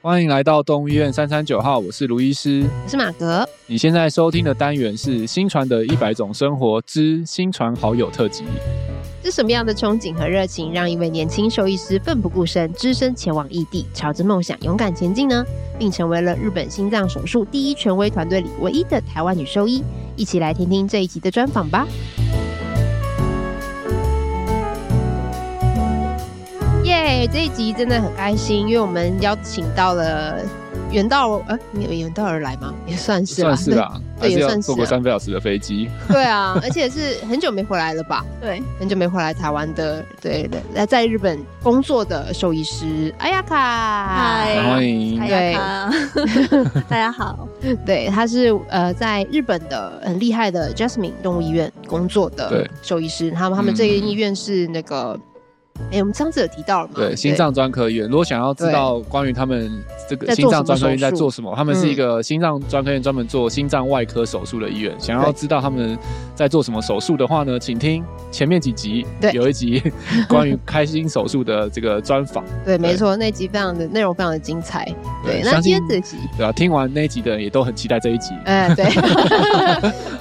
欢迎来到动物医院三三九号，我是卢医师。我是马格，你现在收听的单元是《新传的一百种生活之新传好友特辑》。是什么样的憧憬和热情，让一位年轻兽医师奋不顾身，只身前往异地，朝着梦想勇敢前进呢？并成为了日本心脏手术第一权威团队里唯一的台湾女兽医。一起来听听这一集的专访吧。耶、这一集真的很开心，因为我们邀请到了远道呃，你有远道而来吗？也算是吧，算是啦，还对是也要算是坐过啊三个小时的飞机。对。对啊，而且是很久没回来了吧？对，很久没回来台湾的，对对，来在日本工作的兽医师阿雅卡，嗨欢迎哎，对呀，他大家好，对，他是呃在日本的很厉害的 Jasmine 动物医院工作的对兽医师，他们他们这个嗯医院是那个，哎、我们上次有提到了嘛，对，心脏专科医院。如果想要知道关于他们这个在做心脏什么专科医院在手术嗯做什么，他们是一个心脏专科医院专门做心脏外科手术的医院。想要对知道他们在做什么手术的话呢，请听前面几集对，有一集 关于开心手术的这个专访，对，没错，那集非常的内容非常的精彩，对，对那相今信天这集。对啊，听完那一集的人也都很期待这一集。哎、 对，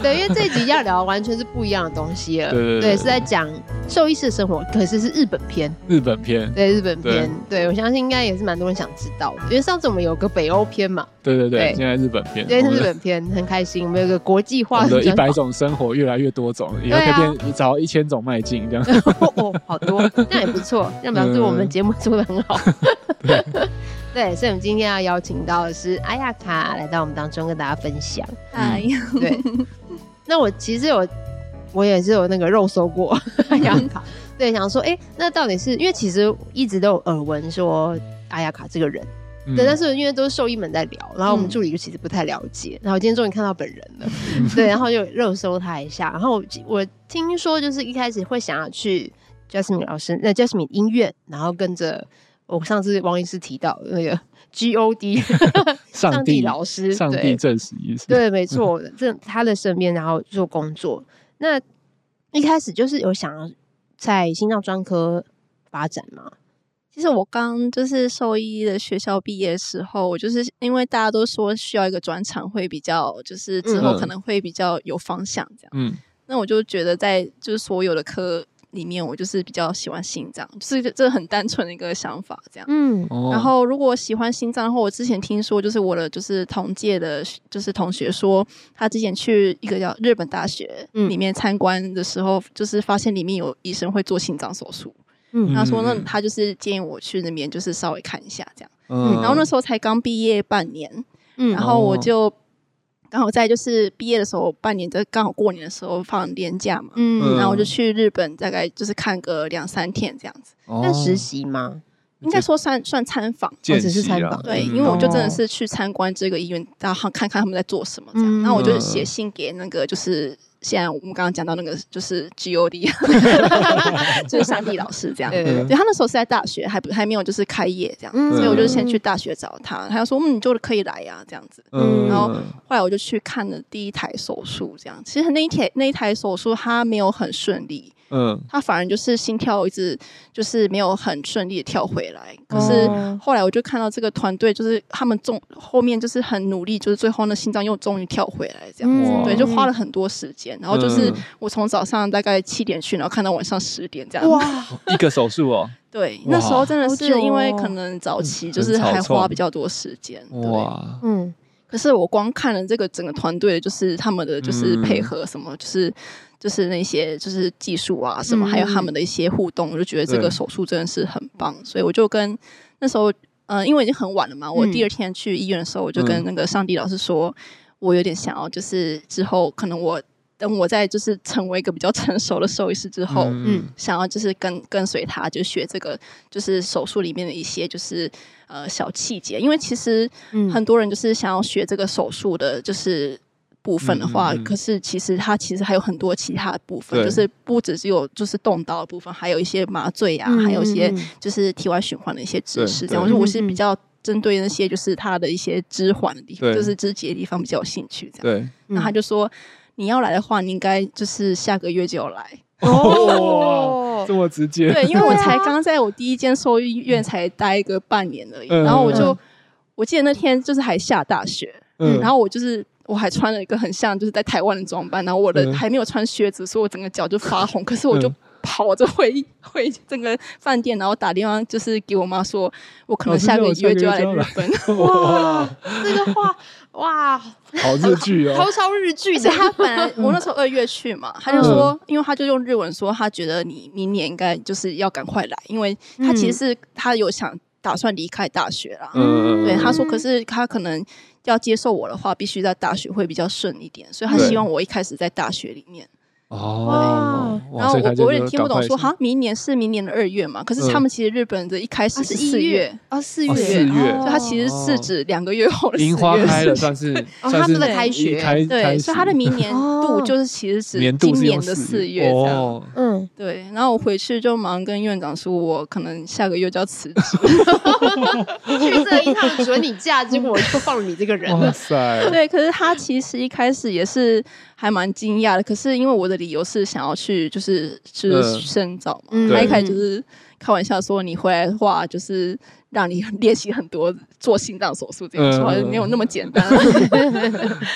对，因为这集要聊完全是不一样的东西了，对对对对是在讲兽医师的生活，可是是日本篇，日本篇，对日本对片，对我相信应该也是蛮多人想知道的，因为上次我们有个北欧篇嘛，对对对，对现在日本篇，因为我是们日本片很开心，我们有个国际我化们的一专百种生活越来越多种，以后对啊可以变朝一千种迈进，这样。哦 哦，好多，那也不错，那表示我嗯们节目做的 很好。 对，所以我们今天要邀请到的是阿亚卡来到我们当中跟大家分享。嗨， 对，那我其实有，我也是有那个肉 搜过阿亚卡，对，想说，哎、那到底是因为其实一直都有耳闻说阿亚卡这个人。嗯对，但是因为都是兽医们在聊，然后我们嗯助理就其实不太了解，嗯然后今天终于看到本人 了，对，然后就热搜他一下，然后我我听说就是一开始会想要去 Jasmine 老师那 Jasmine 音乐，然后跟着我上次王医师提到的那个 G O D 上帝老师，上帝对证实意思。对，没错，这他的身边然后做工作，那一开始就是有想要在心脏专科发展嘛，其实我刚就是兽医的学校毕业的时候，我就是因为大家都说需要一个转场会比较，就是之后嗯可能会比较有方向这样。嗯，那我就觉得在就是所有的科里面，我就是比较喜欢心脏，就是这很单纯的一个想法这样。嗯，哦然后，如果我喜欢心脏的话，我之前听说，就是我的就是同届的，就是同学说，他之前去一个叫日本大学嗯里面参观的时候，就是发现里面有医生会做心脏手术。嗯他说，那嗯他就是建议我去那边，就是稍微看一下这样。嗯然后那时候才刚毕业半年，嗯然后我哦就刚好在就是毕业的时候半年，在刚好过年的时候放年假嘛，嗯嗯然后我就去日本，大概就是看个两三天这样子，候那实习吗？嗯应该说算算参访。见只是习参啊访对，嗯因为我就真哦的是去参观这个医院，然后看看他们在做什么这嗯样。然后我就写信给那个，就是现在我们刚刚讲到那个，就是 GOD，就是上帝老师这样。对对，对对嗯他那时候是在大学，还不还没有就是开业这样，嗯所以我就先去大学找他。他就说，嗯，你就可以来呀、这样子。哦嗯然后后来我就去看了第一台手术，这样。其实那一台那一台手术他没有很顺利，嗯他反而就是心跳一直就是没有很顺利的跳回来。可是哦后来我就看到这个团队，就是他们中后面就是很努力，就是最后呢心脏又终于跳回来，这样。嗯对，就花了很多时间，然后就是嗯我从早上大概七点去，然后看到晚上十点这样。哇，一个手术哦，对，哇那时候真的好久是哦因为可能早期就是嗯很还草创花比较多时间。 对，哇，嗯可是我光看了这个整个团队，就是他们的就是嗯配合什么，就是就是那些就是技术啊什么，嗯还有他们的一些互动，我就觉得这对个手术真的是很棒，所以我就跟那时候。嗯，因为已经很晚了嘛，我嗯第二天去医院的时候，我就跟那个上帝老师说，我有点想要，就是之后可能我等我在就是成为一个比较成熟的兽医师之后，嗯想要就是跟跟随他，就学这个就是手术里面的一些就是呃小细节，因为其实嗯很多人就是想要学这个手术的，就是。部分的话，嗯嗯嗯可是其实它其实还有很多其他的部分，对就是不只是有就是动刀的部分，还有一些麻醉啊，嗯还有一些嗯嗯就是体外循环的一些知识。对这样，我对说我是嗯嗯比较针对那些就是它的一些肢环的地方，对就是肢节的地方比较有兴趣。这样，对，嗯嗯那他就说你要来的话，你应该就是下个月就有来。 哦哇，这么直接，对，因为我对啊才刚在我第一间兽医院才待个半年而已，嗯然后我就嗯。我记得那天就是还下大雪，嗯，然后我就是我还穿了一个很像就是在台湾的装扮，然后我的嗯还没有穿靴子，所以我整个脚就发红，可是我就。跑着回回整个饭店，然后打电话就是给我妈说，我可老能师下叫个我下月个就月要来就要日来 本。哇，这个话哇，好日剧哦超，超日剧而且的，他本来我那时候二月去嘛，他嗯就说，因为他就用日文说，他觉得你明年应该就是要赶快来，因为他其实是他有想打算离开大学啦。嗯，对，他说，可是他可能要接受我的话，必须在大学会比较顺一点，所以他对希望我一开始在大学里面。哦，哇然后所以我他就我有点是听不赶快懂嗯说，哈，明年是明年的二月嘛？可是他们其实日本的一开啊始是啊四一月月，哦，四哦月，四月哦所以他其实是指两个月后的四月。 樱花开了，算是哦算他是们的开一学开开 对，所以他的始明年度哦就是其实指年度今是年用的四四月这样。哦，嗯，对，然后我回去就忙跟院长说，我可能下个月就要辞职。去这一趟准你假，结果就放了你这个人哇了。塞， 对，可是他其实一开始也是还蛮惊讶的，可是因为我的理由是想要去就是就是嗯深造嘛，嗯他对一开始就是开玩笑说你回来的话就是让你 练习很多做心脏手术这样说，嗯没有那么简 单。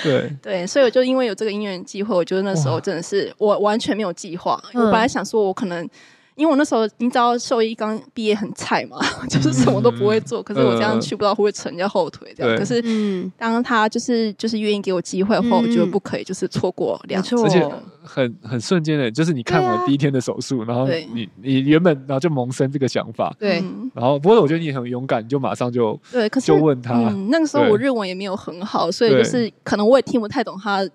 对，对，所以我就因为有这个因缘机会，我觉得那时候真的是我完全没有计划。嗯我本来想说，我可能因为我那时候你知道兽医刚毕业很菜嘛， 就是什么都不会做，可是我这样去不知道会不会扯人家后腿这样。嗯对可是嗯，当他就是就是愿意给我机会的话，嗯我觉得不可以就是错过两次。而且哦很很瞬间的，就是你看对啊完第一天的手术，然后对你你原本然后就萌生这个想法，对，嗯然后不过我觉得你很勇敢，你就马上就对，可是就问他嗯，那个时候对我日文也没有很好，所以对呃就是可能我也听不太懂他。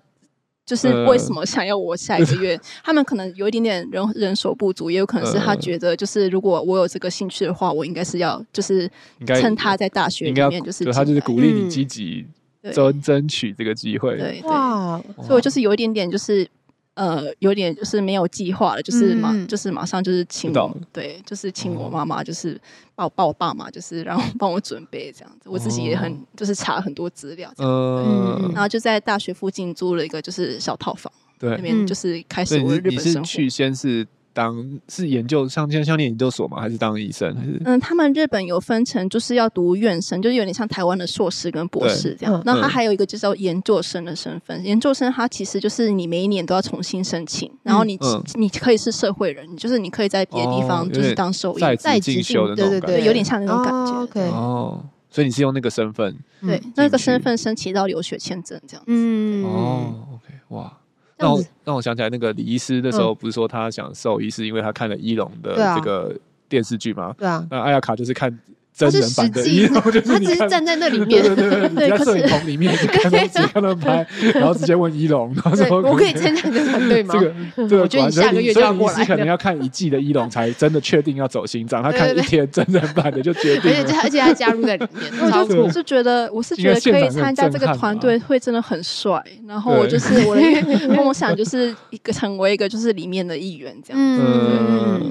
就是为什么想要我下一个月？ 他们可能有一点点人人手不足，也有可能是呃他觉得，就是如果我有这个兴趣的话，我应该是要就是应该趁他在大学应该里要面就是对他就是进来鼓励你嗯积极对争争取这个机会，对对，哇，哇，所以我就是有一点点就是呃，有点就是没有计划了，就是马、嗯就是马上就是请知道我对，就是请我哦妈妈，就是把我把我爸妈就是然后帮我准备这样子，我自己也很、哦就是查很多资料这样嗯嗯然后就在大学附近租了一个就是小套房，对那，边嗯就是开所始以我你的是日你本是生活。去先是当是研究像像像念研究所吗？还是当医生？还是嗯，他们日本有分成，就是要读院生，就是有点像台湾的硕士跟博士这样对嗯。那他嗯还有一个就是叫研究生的身份，研究生他其实就是你每一年都要重新申请，然后你嗯你可以是社会人，就是你可以在别的地哦方有就是点当兽医，在在职进职修的进那种对感对觉？对，有点像那种感觉。哦，OK 对哦，所以你是用那个身份对嗯，那个进去身份申请到留学签证这样子。嗯，哦，OK，哇。这让样我子嗯让我想起来，那个李医师那时候不是说他想兽医，是因为他看了伊隆的对啊这个电视剧吗？对啊，那艾亚卡就是看真人版的他是实际伊隆，就是他你只是看站在那里对面，对 对，对你对在可摄影是 棚里面就看他们只看他们拍，然后直接问伊隆，然后对，说我可以参加你的团队吗这？个这个我觉管，得你所以下个月就所以要你过是来可能了要看一季的伊隆才真的确定要走心脏，他对看对一对天真人版的就决定而且了。而且他加入在里面，我超就酷我是觉得，我是应觉该得现可以场很参加这震个撼团吧队会真的很帅。然后对我就是我的 梦想就是一个成为一个就是里面的一员这样。嗯，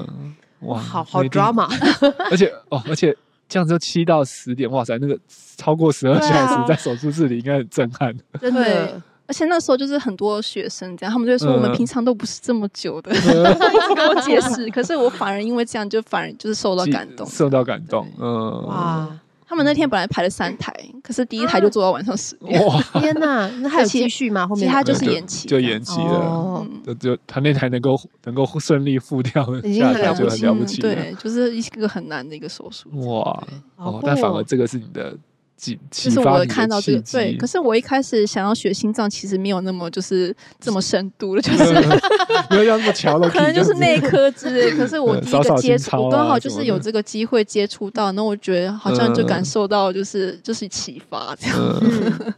嗯，哇，哇，好好那一定 drama， 而且哦，而且这样子就七到十点，哇塞，那个超过十二对小啊时在手术室里应该很震撼。真的，而且那时候就是很多学生这样，他们就会说嗯我们平常都不是这么久的， 一直跟我解释。可是我反而因为这样，就反而就是受到感动。受嗯到感动，嗯，哇，他们那天本来排了三台，可是第一台就做到晚上十点，哇，天哪，那还有继续吗？后面其他就是对延期就这样延期了。哦，嗯就就他那台能够能够顺利复掉，已经下很台了就不很起了不嗯起了。对，就是一个很难的一个手术。哇，好哦，但反酷而哦这个是你的启启就是发我你看到的这契个对，机 可是我一开始想要学心脏，其实没有那么就是这么深度的，就是嗯没有要那么巧的， 可能就是内科之类。可是我第一少少个接心触，操啊我刚好就什么是的有这个机会接触到，那我觉得好像就感受到就是就是启发这样。嗯，嗯，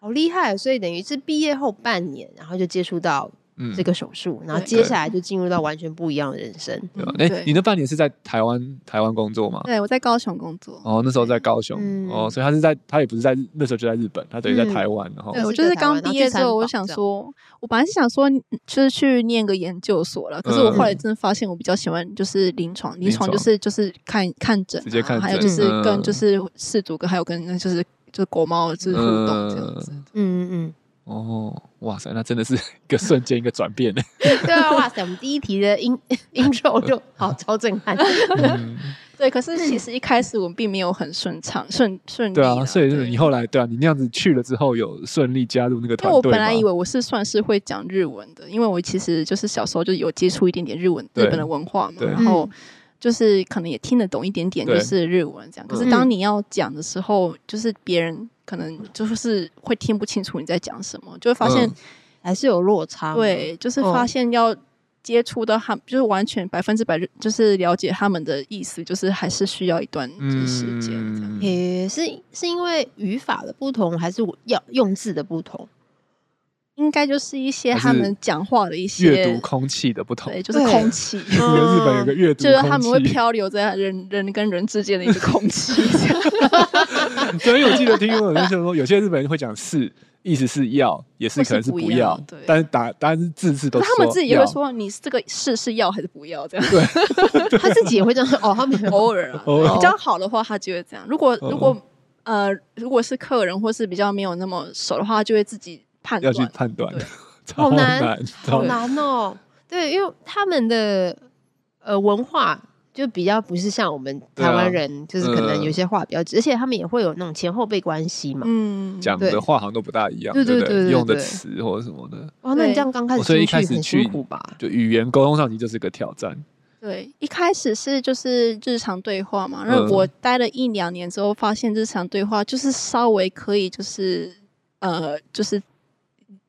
好厉害！所以等于是毕业后半年，然后就接触到嗯 这个手术，然后对接下来就进入到完全不一样的人生。对吧？哎，你嗯对，那半年是在台湾台湾工作吗？对我在高雄工作，哦，那时候在高雄，嗯哦，所以他是在他也不是在那时候就在日本，他等于在嗯台湾，然后对哦我是就在是台刚湾然后毕去业之参后，我访想这样说，我本来是想说嗯就是去念个研究所了，可是我后来嗯真的发现我比较喜欢就是临床，临临床床就是就是看看诊啊，直接看还有诊就是嗯跟就是事主跟还有跟就是就是狗猫就是互动这样子。嗯嗯哦，哇塞，那真的是 一个瞬间一个转 变欸呢。 嗯，对啊，哇塞！我们第一题的 in intro 就好超震撼，嗯对，可是其实一开始我并没有很顺畅，顺顺利对啊，啦所以就是对你后来对啊，你那样子去了之后，有顺利加入那个因团为我队本吗？来以为我是算是会讲日文的，因为我其实就是小时候就有接触一点点日文日对本的文化嘛，对然后就是可能也听得懂一点点，对就是日文这样。可是当你要讲的时候，就是别人可能就是会听不清楚你在讲什么，就会发嗯现、 还是有落差。，对，就是发现要。接触到他，就是完全百分之百，就是了解他们的意思，就是还是需要一段就是时间这样。嗯也是是因为语法的不同，还是我要用字的不同？应该就是一些还是他们讲话的一阅些读，空气的不同，对，就是对空气。因为日 嗯本有个阅读就是空他们会气漂流在人人跟人之间的一个空气，这样所以我记得听我就是说，有些日本人会讲是，意思是要，也是或可能是不不要要对，但是答答案是字字都他们自己也要会，说你这个是是要还是不要这样。他自己也会这样说哦，他没有。偶尔啊，偶尔比较好的话，他就会这样。如果嗯如果呃，如果是客人或是比较没有那么熟的话，他就会自己判要断。去判断对， 超好难难，好超难，难哦。对，因为他们的呃文化就比较不是像我们对啊台湾人，就是可能嗯有些话比较直，而且他们也会有那种前后辈关系嘛。嗯，讲对的话好像都不大一样，对不对对对用的对词或者什么的，哇，那你对这样刚开始所以一进开去始很去辛苦吧？就语言沟通上其实就是个挑战。对，一开始是就是日常对话嘛，那嗯我待了一两年之后，发现日常对话就是稍微可以，就是呃，就是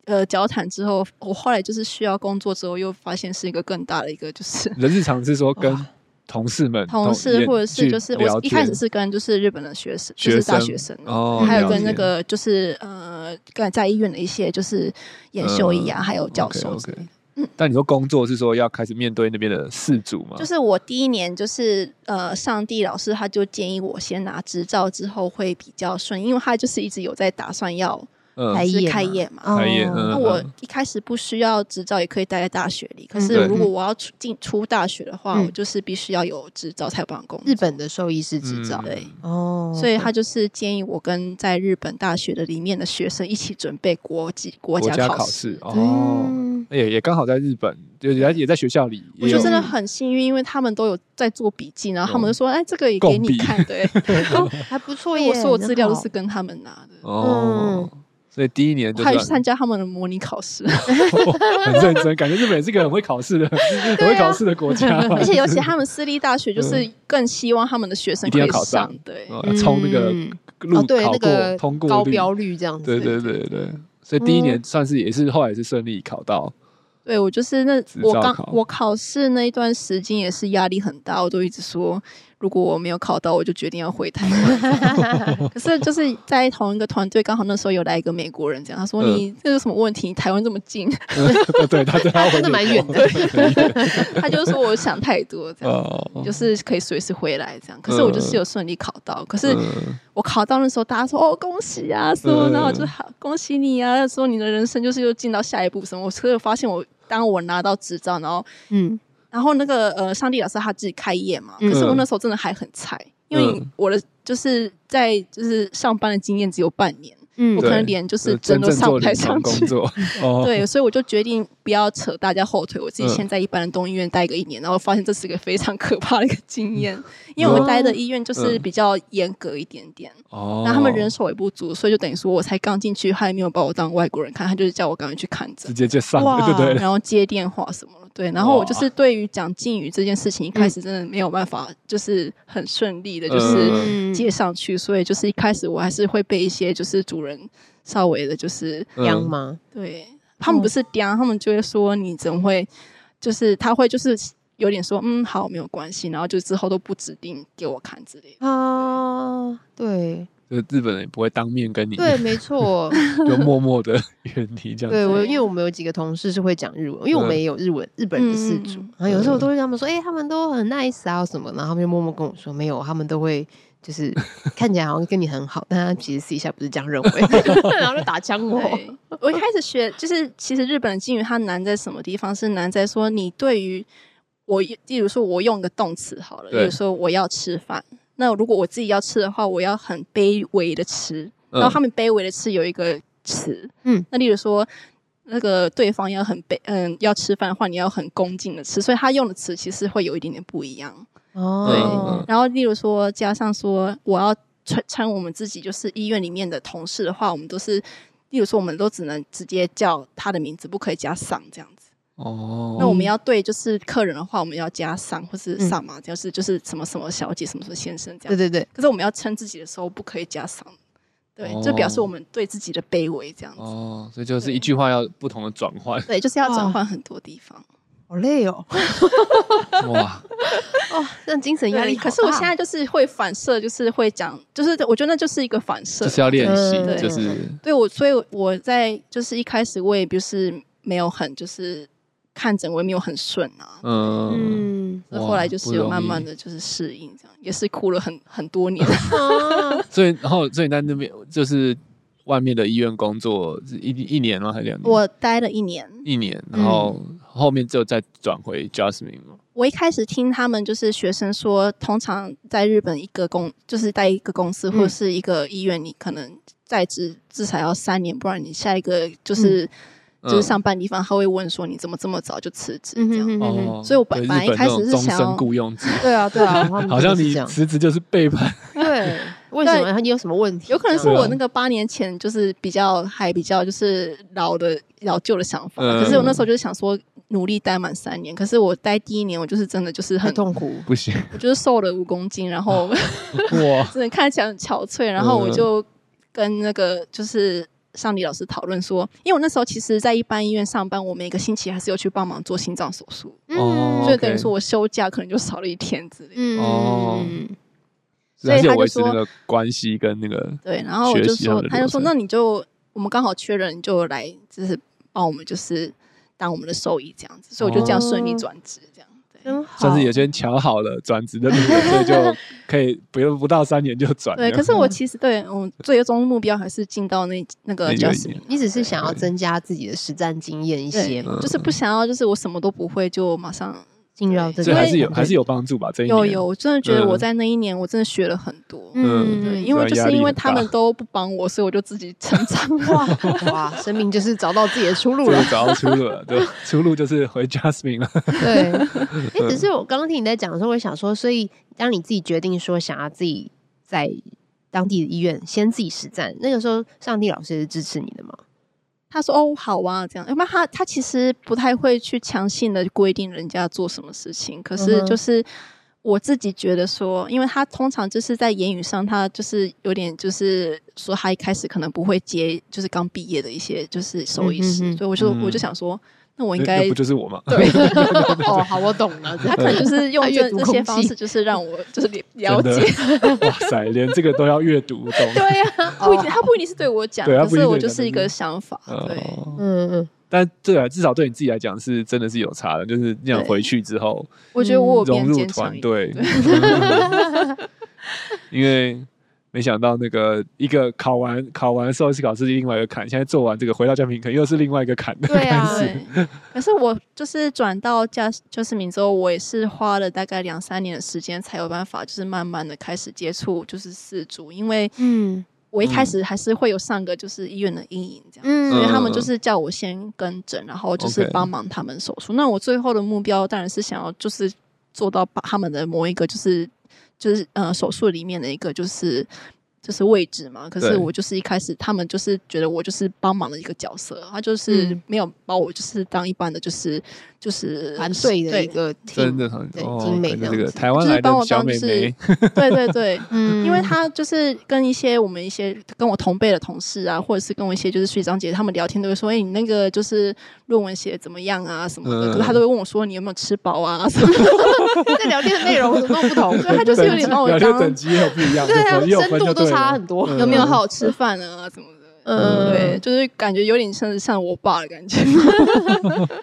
呃交谈之后，我后来就是需要工作之后，又发现是一个更大的一个就是。 你的日常是说跟哇同事们、同事眼或者是去就是聊我一开天始是跟就是日本的学生，学就是大生学生，哦，还有了跟那解嗯个就是呃，在在医院的一些就是研修医啊，还有教授 o 之 k 类的 o k 但你说工作是说要开始面对那边的事主嘛？就是我第一年，就是呃，上帝老师他就建议我先拿执照，之后会比较顺，因为他就是一直有在打算要嗯开就是业开嘛业嘛。开业嗯哦那我一开始不需要执照，也可以待在大学里。可是嗯对如果我要出进出大学的话，嗯我就是必须要有执照才有办法工作。日本的兽医师执照嗯，对，哦，所以他就是建议我跟在日本大学的里面的学生一起准备国际国国家考考试哦，嗯也也刚好在日本，就也在也在学校里我也有觉得真的很幸运，因为他们都有在做笔记，然后他们就说：“哎，这个也给共你笔 看。”对， 哦还不错所以耶，我所有资料那都好是跟他们拿的。哦。所以第一年就还有去算参加他们的模拟 考试，很认真，感觉日本也是个很会考 试的、很会考试的国家，啊而且尤其他们私立大学就是更希望他们的学生嗯一定可要以考上上，对，哦要冲那个嗯路哦对考那过个通高过率，标率这样子，对对对对。所以哦第一年算是也是后来也是顺利考到， 对我就是那执照我刚考我考试那一段时间也是压力很大，我都一直说如果我没有考到，我就决定要回 台湾。可是就是在同一个团队，刚好那时候有来一个美国人，这样他说嗯你这有什么问题？台湾这么近， 对，他真的真的蛮远的，他就说我想太多，这样 哦，就是可以随时回来这样。可是我就是有顺利考到，可是。嗯我考到那时候，大家说哦恭喜啊什么，嗯然后我就好恭喜你啊，说你的人生就是又进到下一步什么。我所以发现我当我拿到执照，然后嗯，然后那个呃上帝老师他自己开业嘛，嗯可是我那时候真的还很菜，因为嗯我的就是在就是上班的经验只有半年，嗯我可对能连就是呃真真的正上做不太临上床工去。作， 哦，对，所以我就决定不要扯大家后腿，我自己嗯先在一般的动物医院待个一年，然后发现这是一个非常 可怕的一个经验，因为我哦待的医院就是嗯比较严格一点点。哦，那他们人手也不足，所以就等于说我才刚进去，他也没有把我当外国人看，他就是叫我赶快去看直诊，接就上了，哇对对对，然后接电话什么的。对，然后我就是对于讲敬语这件事情，一开始真的没有办法，就是很顺利的，就是嗯接上去，所以就是一开始我还是会被一些就是主人稍微的，就是央嗯吗？对他们不是刁，他们就会说你怎么会，就是他会就是有点说嗯好没有关系，然后就之后都不指定给我看之类的。啊，对就日本人也不会当面 跟你，对，没错，就默默的远离这样对子。嗯我因为我们有几个同事是会讲日文，因为我们也有日文日本的事主嗯，然后有时候我都会跟他们说，哎，他们都很 nice 啊什么，然后他们就默默跟我说没有，他们都会。就是 看起来好像跟你很好，但他其实私底下不是这样认为，然后就打 枪我。对，哦我一开始学就是，其实日本的敬语它难在什么地方？是难在说你对于我，例如说我用一个动词好了，对例如说我要吃饭，那如果我自己要吃的话，我要很卑微的吃，然后他们们卑微的吃有一个词，嗯，那例如说。那个对方要很卑，嗯，要吃饭的话，你要很恭敬的吃，所以他用的词其实会有一点点不一样。对哦，然后例如说加上说我要穿穿我们自己就是医院里面的同事的话，我们都是。例如说，我们都只能直接叫他的名字，不可以加上这样子。哦，那我们要对就是客人的话，我们要加上或是嗯上嘛，就是就是什么什么小姐、什么什么先生这样对子。对对，可是我们要称自己的时候，不可以加上，对，就表示我们对自己的卑微这样子。，哦，所以就是一句话要不同的转换对，就是要哇转换很多地方。好累哦， 哇，哦，那精神对压力好大。可是我现在就是会反射，就是会讲，就是我觉得那就是一个反射就。是要练习嗯，就是对我，所以我在就是一开始我也就是没有很就是看诊，我也没有很顺啊。嗯，嗯所以哇后来就是有慢慢不的就是适应，这样也是哭了很很多 年。 啊，所以然后所以你在那边就是外面的医院工作是一一年吗？还是两年？我嗯待了一年，一年，然后后面就再转回 Jasmine 吗？我一开始听他们就是学生说，通常在日本一个公就是在一个公司或者是一个医院，你可能在职至少要三年，不然你下一个就是、嗯就是上班地方，他会问说你怎么这么早就辞职嗯这样。哼哼哼哼，哦，所以我本对本来日本一开始那种是终想要身雇佣 制，对啊对啊，他们好像就是你这样辞职就是背叛，对，为什么你有什么问题？有可能是对啊我那个八年前就是比较还比较就是老的老旧的想法，嗯可是我那时候就是想说努力待满三年，可是我待第一年我就是真的就是很很，痛苦， 不行，我就是瘦了五公斤，然后啊哇， 真的看起来很憔悴。然嗯后我就跟那个就是上李老师讨论说，因为我那时候其实，在一般医院上班，我每个星期还是有去帮忙做心脏手术，哦所以 OK 等于说我休假可能就少了一天之类的。嗯哦所以还是有他就维持说那个关系跟那个对，然后我学就习他说的，他流就说，程那你就我们刚好缺人，你就来就是帮我们就是当我们的兽医这样子，所以我就这样顺利转职这样。对真好，算是有些人瞧好了转职的路了，所以就可以不用不到三年就转。对，这可样是我其实对我最终目标还是进到那那那个个叫也什么？你只是想要增加自己的实战经验一些对嘛，，嗯就是不想要，就是我什么都不会，就马上进入到这所个以还因是为有还是有帮助吧。这一有年有，，我真的觉得我嗯在那一年，我真的学了很多。嗯对，因为虽然就是压力因为很他大们都不帮我，所以我就自己 成长。哇哇，生命就是找到自己的出路这了 个。找到出路了，对，出路就是回 Jasmine 了。对，哎，只是我刚刚听你在讲的时候，我也想说，所以当你自己决定说想要自己在当地的医院先自己实战，那个时候上帝老师是支持你的嘛？他说：“哦，好啊，这样。”要不然他他其实不太会去强性的规定人家做什么事情。可嗯是哼就是我自己觉得说，因为他通常就是在言语上，他就是有点就是说他一开始可能不会接，就是刚毕业的一些就是兽医师，嗯哼哼所以我就、嗯我就想说，那我那应 该那不就是我吗？对， 哦，好，我懂了，他可能就是 用他阅这读这空些方气式，就是让我就是了真的解。 哇塞，连这个都要阅读懂。对呀、哦不一定，他不一定是对我讲，对他可不一定是我对就讲是一但个是想法。对，哦，嗯嗯，但对啊，至少对你自己来讲是真的是有差的，就是这样对回去之后我觉得我有嗯融变入坚强团一点。队， 因为没想到那个一个考完考完寿司考试是另外一个坎，现在做完这个回到家庭，可能又是另外一个坎的对开啊始。对，可是我就是转到加就是明州，我也是花了大概两三年的时间才有办法，就是慢慢的开始接触就是四组，因为嗯我一开始还是会有上个就是医院的阴影这样，嗯所以他们就是叫我先跟诊，然后就是 OK 帮忙他们手术。那我最后的目标当然是想要就是做到把他们的某一个就是就是呃手术里面的一个就是。就是位置嘛，可对是我就是一开始他们就是觉得我就是帮忙的一个角色，他就是嗯没有把我就是当一般的就是就是团队的一对个 team，真的很对哦精美可能这这样个子台湾就是来帮的我小当妹就是妹，对对对，嗯因为他就是跟一些我们一些跟我同辈的同事啊，或者是跟我一些就是学长姐，他们聊天都会说：“哎、你那个就是论文写得怎么样啊什么的。嗯可是他都会问我说：“你有没有吃饱啊？”什么的。在聊天的内 容哦怎么都不同，对他就是有点 把我表现当等级又不一样， 对啊有分又分深度就都对差了很多，嗯有没有好好吃饭啊什么的。嗯，对，就是感觉有点像像我爸的 感觉。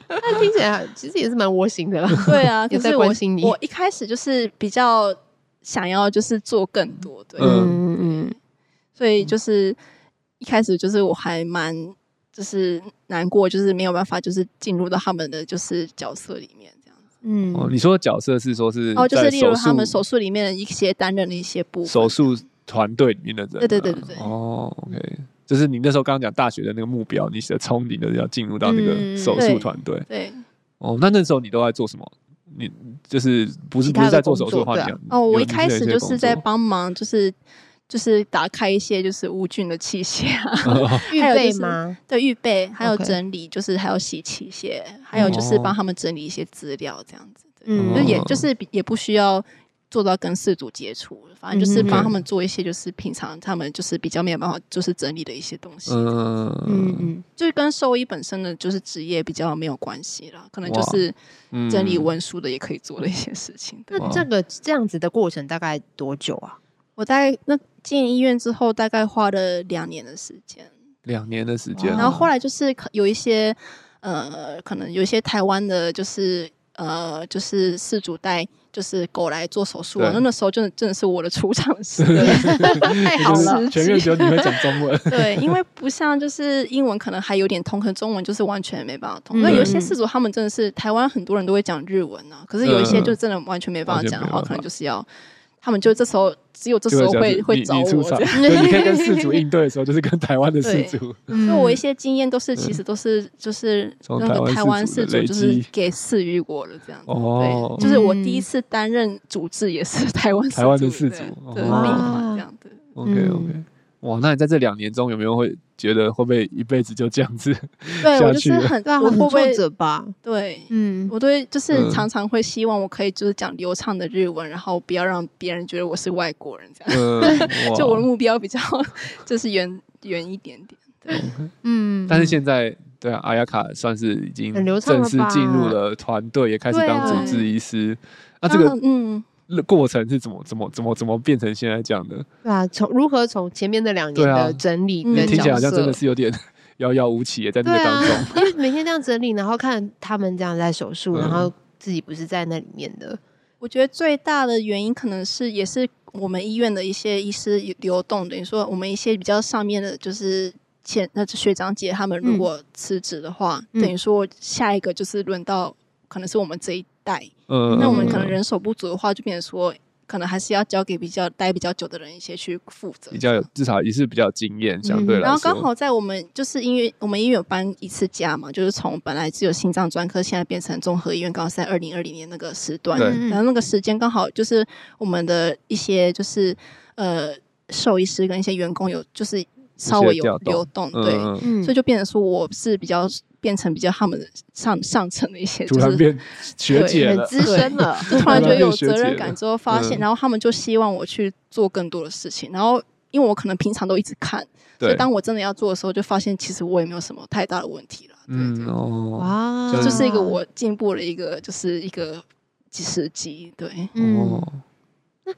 那听起来其实也是蛮窝心的啦。对啊，有可在是我关心你我一开始就是比较想要就是做更多，对，嗯嗯嗯所以就是一开始就是我还蛮就是难过，就是没有办法就是进入到他们的就是角色里面这样子。嗯哦，你说的角色是说是哦，就在是例如他们手手术里面的一些担任的一些部术手分，术团队里面的人啊，对对对对对哦，OK，就是你那时候刚刚讲大学的那个目标，你的憧憬的要进入到那个嗯手术对团队。对，哦，那那时候你都在做什么？你就是不是其不他是在的做工手术的作话，对你啊要哦，我有一你开有始些就是工在作帮忙，就是就是打开一些就是无菌的器械啊，预还有就备是吗？对，预备，还有 OK 整理就是还有洗器械，还有就是帮他们整理一些资料这样子。对嗯就也哦就是比也不需要做到跟事主接触，反正就是嗯帮 OK 他们做一些就是平常他们就是比较没有办法就是整理的一些东西。嗯嗯嗯，就是跟兽医本身的就是职业比较没有关系啦，可能就哇是嗯整理文书的也可以做的一些事情。对那这个这样子的过程大概多久 啊？我大概那进医院之后，大概花了两年的时间，两年的时哇间啊，然后后来就是可有一些呃，可能有一些台湾的，就是呃，就是事主带就是狗来做手术啊，对，那那时候真的真的是我的出场诗，太好就是了，全院只有你会讲中文 对，因为不像就是英文可能还有点通，可能中文就是完全没办法通。嗯那、有一些事主他们真的是台湾很多人都会讲日文啊，可是有一些就真的完全没办法讲的嗯话，嗯完全没办法可能就是要他们就这时候只有这时候就会讲会你找你出我场，这样。对，你可以跟事主应对的时候，就是跟台湾的事对主，因因为我一些经验都是，其实都是就是嗯从那个台台湾湾氏氏族的族累就是积给赐予我了这样子。哦对，就是我嗯第一次担任主治也是 台湾台湾的氏氏族族哦的立法哇这样子。 OK 嗯 OK，哇，那你在这两年中有没有会觉得会不会一辈子就这样子？对下我就去是了很，对啊，我会很不挫会折吧？对？嗯，我对就是嗯常常会希望我可以就是讲流畅的日文，然后不要让别人觉得我是外国人这 样。嗯，哇就我的目标比较 就是远远一点点。嗯，但是现在对啊，阿雅卡算是已经很流畅了正吧式进入了团队，也开始对当啊主治医师。那这个然后嗯，过程是怎么怎么怎么怎么变成现在这样的？对啊，从如何从前面那两年对啊的整理嗯跟听起来角好像真色的，是有点 遥遥无期耶，在这对个啊当中。，因为每天这样整理，然后看他们这样在手术，嗯然后自己不是在那里面的，我觉得最大的原因可能是也是我们医院的一些医师流动，等于说我们一些比较上面的，就是前那学长姐他们嗯如果辞职的话，嗯等于说下一个就是轮到可能是我们这一代，嗯，那我们可能人手不足的话，就变成说可能还是要交给比较待比较久的人一些去负责比。较有，至少也是比较有经验，相对来说。嗯然后刚好在我们就是因为我们医院有搬一次家嘛，就是从本来只有心脏专科，现在变成综合医院，刚好是在二零二零年那个时段，对嗯然后那个时间刚好就是我们的一些就是呃兽医师跟一些员工有就是稍微调有动流动，对，嗯，嗯嗯，所以就变成说我是比较变成比较他们的上上层的一些，突就然是变学对姐很了，资深了， 就突然觉得有责突然变学任姐了感之后发现，嗯然后他们就希望我去做更多的事情，然后因为我可能平常都一直看，所对以，当我真的要做的时候，就发现其实我也没有什么太大的问题了，对嗯哦， 哇，这这就是一个我进步的一个就是一个时机，对。嗯哦，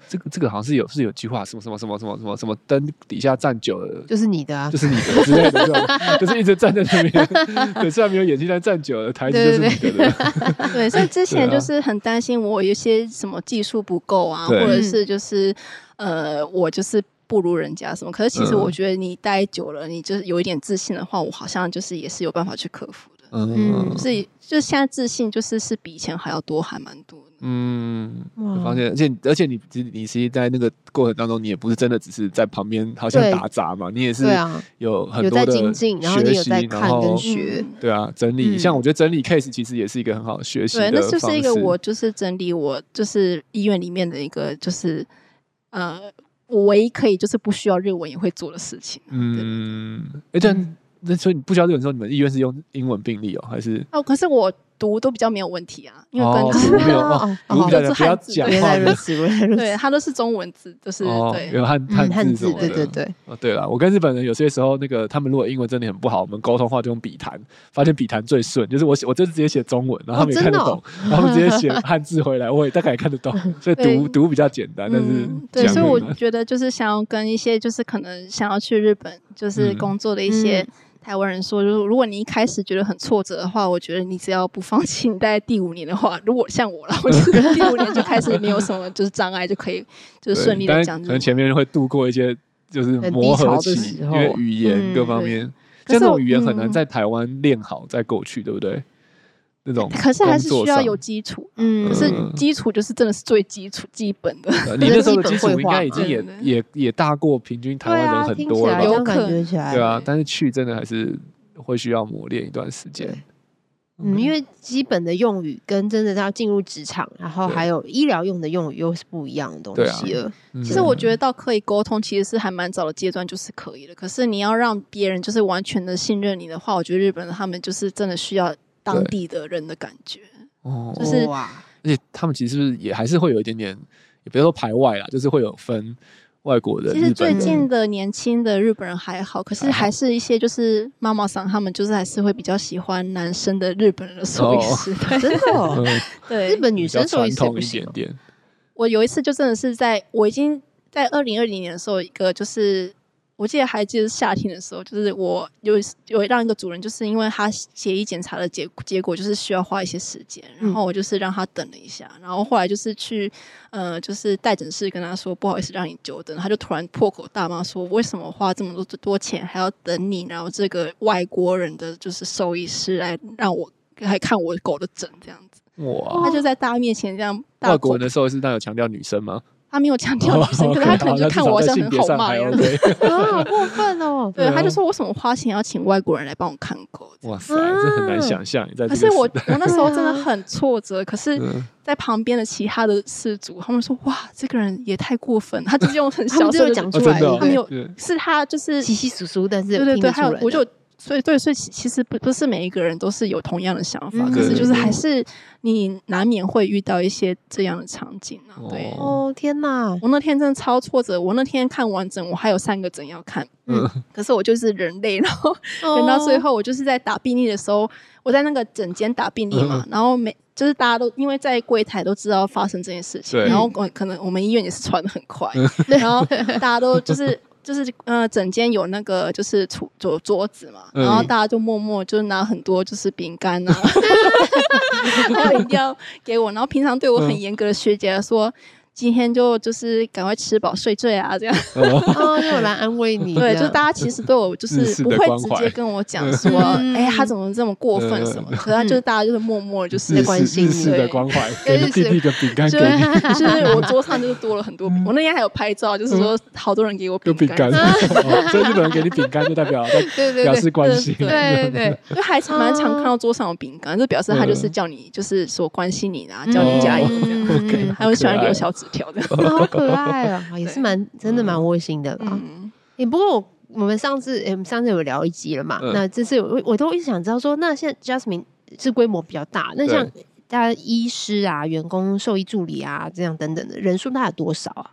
这个这个好像是有是有句话，什么什么什么什么什么什么灯底下站久了。就是你的啊就，是你的之类的这种，就是一直站在那边，对，虽然没有演技，但站久了台词就是你的 了。对，所以之 前对啊就是很担心我有一些什么技术不够啊，对或者是就是呃，我就是不如人家什么。可是其实嗯我觉得你待久了，你就是有一点自信的话，我好像就是也是有办法去克服的。嗯嗯所以就现在自信就是是比以前还要多，还蛮多的。嗯，我哇发，现，而且而且你其实你其实，在那个过程当中，你也不是真的只是在旁边好像对打杂嘛，你也是对啊，有很有多在的精进，然后你学有在习，然看跟后学，对啊，整理，嗯像我觉得整理 case 其实也是一个很好的学习对，的那就方是一个式我就是整理我就是医院里面的一个就是呃，我唯一可以就是不需要日文也会做的事情。嗯，哎，但那所以你不需要这种时候，你们医院是用英文病历哦，还是哦，可是我读都比较没有问题啊，因为哦跟就是读没有啊哦哦读比较哦不要汉字讲原话来如的此，原来如 对，此，它都是中文字，就是哦，对。有汉嗯，汉字什字，么的，对对对，哦，对了，我跟日本人有些时候那个，他们如果英文真的很不好，我们沟通话就用笔谈，发现笔谈最顺，就是我写我就是直接写中文，然后他们也哦看真得的懂，哦然后他们直接 写汉字回来，我也大概也看得懂，所以读对读比较简单，但是嗯，对，讲所以很我难觉得就是想要跟一些就是可能想要去日本就是嗯工作的一些嗯台湾人说，就是如果你一开始觉得很挫折的话，我觉得你只要不放弃，你大概第五年的话，如果像我了，我觉得第五年就开始没有什么就是障碍，就可以就是对顺利但的是讲日可能文。前面会度过一些就是很磨低潮合的期，时因为候语言嗯各方对面，可像是那种我语言很难嗯在台湾练好再过去，对不对？那种可是还是工作需要上有基础，嗯可是嗯基础就是真的是最基础基本的。呃 你那时候的基基本础绘应该画已经嘛也对也也大过平均台对湾人啊，很听起多了来吧？这有样感可觉起来，对啊对，但是去真的还是会需要磨练一段时间对。嗯，因为基本的用语跟真的要进入职场，然后还有医疗用的用语又是不一样的东对啊西了。嗯其实我觉得到可以沟通，其实是还蛮早的阶段就是可以了。可是你要让别人就是完全的信任你的话，我觉得日本人他们就是真的需要当地的人的感觉。哦，就是哇，而且他们其实是不是也还是会有一点点，也别说排外啦，就是会有分外国人、其实日本最人近的年轻的日本人还好，可是还是一些就是妈妈桑他们就是还是会比较喜欢男生的日本人的手语师。对真的、 哦，嗯对，日本女比较生手传语是统不一行点哦。点，我有一次就真的是在我已经在二零二零年的时候，一个就是我记得还记得是夏天的时候，就是我有一次有让一个主人，就是因为他血液检查的结结果就是需要花一些时间，嗯然后我就是让他等了一下，然后后来就是去呃就是待诊室跟他说不好意思让你久等，他就突然破口大骂说为什么花这么多多钱还要等你，然后这个外国人的就是兽医师来让我来看我狗的诊这样子，哇他！就在大家面前这样哦大外国口人的时候是那有强调女生吗？他没有强调女哦生，可是他可能就看我好像很好骂一一样样。。OK 啊，好过分哦！对 对啊，他就说为什么花钱要请外国人来帮我看狗？哇塞，这很难想象。在这嗯可个是我时代我那时候 真的对啊很挫折，可是嗯在旁边的其他的事主，他们说哇，这个人也太过分，他就是用很他们小就声有的讲哦出真来，的哦他们对有对是他就是稀稀疏疏，但是有对对听对，得出还来有的。我就所以对，所以其其实不不是每一个人都是有同样的想法，嗯可是就是对对对还是你难免会遇到一些这样的场景啊，对。哦哦天哪，我那天真的超挫折，我那天看完整，我还有三个诊要看，嗯，可是我就是人类，然后 等到最哦，后，我就是在打病历的时候，我在那个诊间打病历嗯嘛， 然后每就是大家都因为在柜台都知道发生这件事情，对嗯然后我可能我们医院也是传的很快，然后大家都就是。就是呃，诊间有那个就是桌桌桌子嘛，嗯然后大家就默默就拿很多就是饼干啊， 还有饮料给我，然后平常对我嗯很严格的学姐说，今天就就是赶快吃饱睡睡啊这样。 哦，又有来安慰你，对，这就样大家其实对我就日是式不的会关直怀接跟我讲 说，嗯哎，他怎么这么过分什么的，可是他就是大家就是默默地就是日关式心日你式的对关怀，给对了日式弟弟一个饼 干就给是你， 嗯就是我桌上就是多了很多饼，我那天还有拍照，就是说好多人给我有饼干， 干，哦所以日本人给你饼干就代表在对对表对示关心。对对对 对，就还是蛮常看到桌上有饼干，就表示他嗯就是叫你就是说关心你啦，叫你加油这样，嗯哦 OK 还有喜欢给我小纸条的，哦嗯好可爱啊，也是蛮真的蛮窝心的啦。嗯，也欸不过我我们上次欸诶我们上次有聊一集了嘛，嗯那这次我我都一直想知道说，那现在 Jasmine 是规模比较大，那对像大家医师啊、员工、兽医助理啊这样等等的人数大概有多少啊？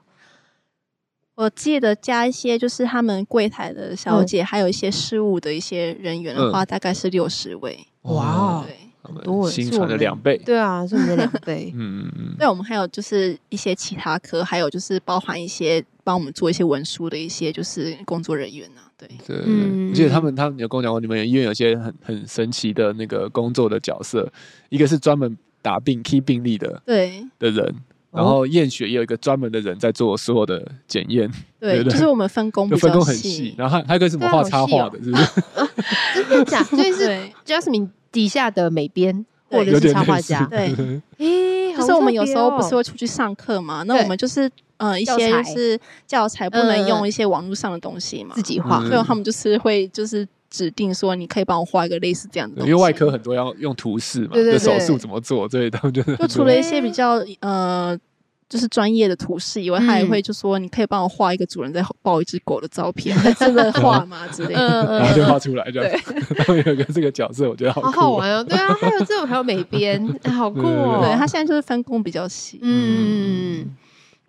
我记得加一些就是他们柜台的小嗯姐，还有一些事务的一些人员的话，大概是六十位，哇哦对。他们多新是传我的们两倍。对啊，是我们的两倍。嗯嗯嗯，对，我们还有就是一些其他科，还有就是包含一些帮我们做一些文书的一些就是工作人员啊，对，对对对。嗯而且他们他们有跟我讲过，你们医院有些很很神奇的那个工作的角色，一个是专门打病 key 病例的对的人。哦然后验血也有一个专门的人在做所有的检验，对，对对就是我们分工就比分较工很细。，然后还还有一个什么对啊画好插细画哦的，是不 是？ 真的假？所 以是对 Jasmine 底下的美编对或者有是点插画类似家。欸对，诶，就是我们有时候不是会会出去上课嘛，那对我们就是呃一教些材就是教材不嗯能嗯用一些网络上的东西嘛自，己画嗯，所以他们就是会就是指定说你可以帮我画一个类似这样的对因东西，为外科很多要用图示嘛，对对就手对术怎么做，所以他们就是 就除了一些比嗯较呃，就是专业的图示以外，他也嗯会就说你可以帮我画一个主人在抱一只狗的照片，那真 的画吗之类的？然后嗯就画出来这样。 他们有一个这个角色，我觉得好好酷好哦。玩哦。对啊，还有这种还有美编，哎好酷哦。对他现在就是分工比较细，嗯，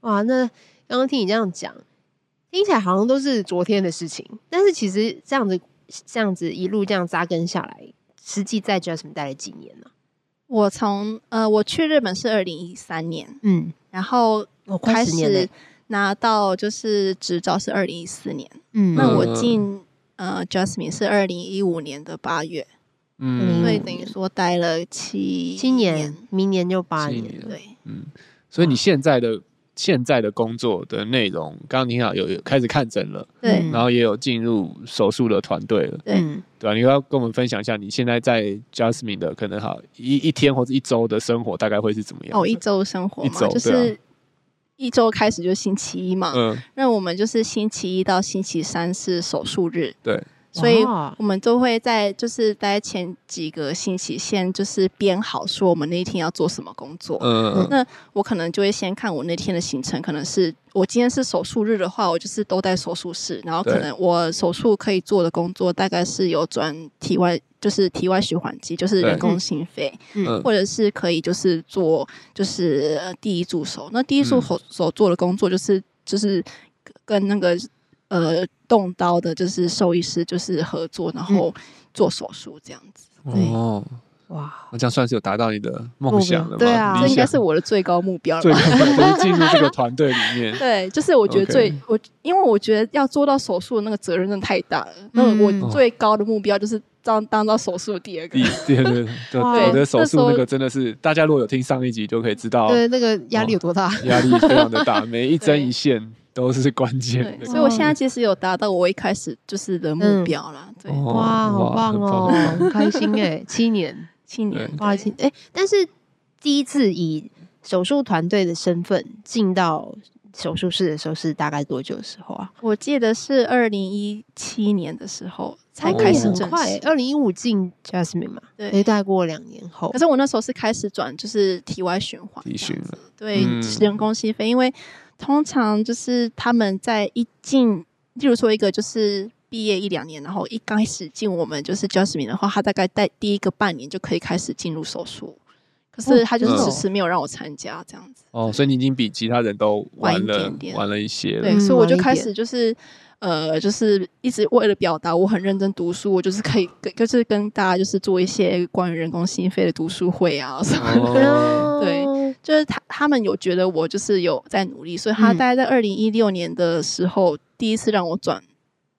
哇，那刚刚听你这样讲，听起来好像都是昨天的事情，但是其实这样子这样子一路这样扎根下来，实际在 Jasmine 待了几年呢、我从呃我去日本是二零一三年，嗯，然后我哦快开十年始嘞。拿到就是执照是二零一四年，嗯，那嗯我进呃 Jasmine 是二零一五年的八月，嗯，所嗯以等于说待了七今年，明年就八七年年了。对。嗯，所以你现在的现在的工作的内容，刚刚你好有有开始看诊了，对嗯然后也有进入手术的团队了，对嗯对吧、你要跟我们分享一下你现在在 Jasmine 的可能好一一天或者一周的生活大概会是怎么样？哦，一周生活一嘛，周就对啊是一周开始就星期一嘛。嗯，那我们就是星期一到星期三是手术日，对，所以哇我们都会在就是在前几个星期先就是编好说我们那一天要做什么工作。嗯那我可能就会先看我那天的行程，可能是我今天是手术日的话，我就是都在手术室，然后可对能我手术可以做的工作大概是有转体外，就是体外循环机，就是对人工心肺，嗯或者是可以就是做就是呃第一助手。那第一助嗯手手做的工作就是就是跟那个呃动刀的，就是兽医师就是合作，然嗯后做手术这样子。对哦，哇，那这样算是有达到你的梦想了吗？对啊理这应该想是我的最高目标了 最吧。。根本就是进入这个团队里面对，就是我觉得 OK 最我，因为我觉得要做到手术的那个责任真的太大了。那嗯我最高的目标就是当当到手术 的第二个哦第人。对对对，哇我的手那时术候那个真的是，大家如果有听上一集就可以知道，对，那个压力有多大？压力非常的大， 每一针对一线都是关键对，的。所以我现在其实有达到我一开始就是的目标啦。对，哦哇，好棒很 哦，很开心哎，七年，七年对，哇，对七哎，但是第一次以手术团队的身份进到手术室的时候是大概多久的时候啊？我记得是二零一七年的时候才哦开那始很也正快式，。二零一五进 Jasmine 嘛，对也，大概过两年后可。是我那时候是开始转就是体外循哦环这体样循子，对，嗯人工心肺，因为通常就是他们在一进，例如说一个就是。毕业一两年，然后一开始进我们就是 Jasmine 的话，他大概在第一个半年就可以开始进入手术，可是他就是嗯迟迟没有让我参加这样子。哦，所以你已经比其他人都晚晚一了点，点晚了一些了。对，嗯所以我就晚一开点始就是呃，就是一直为了表达我很认真读书，我就是可以跟就是跟大家就是做一些关于人工心肺的读书会啊什么。 哦， 对哦，就是他他们有觉得我就是有在努力，所以他嗯大概在二零一六年的时候、第一次让我转，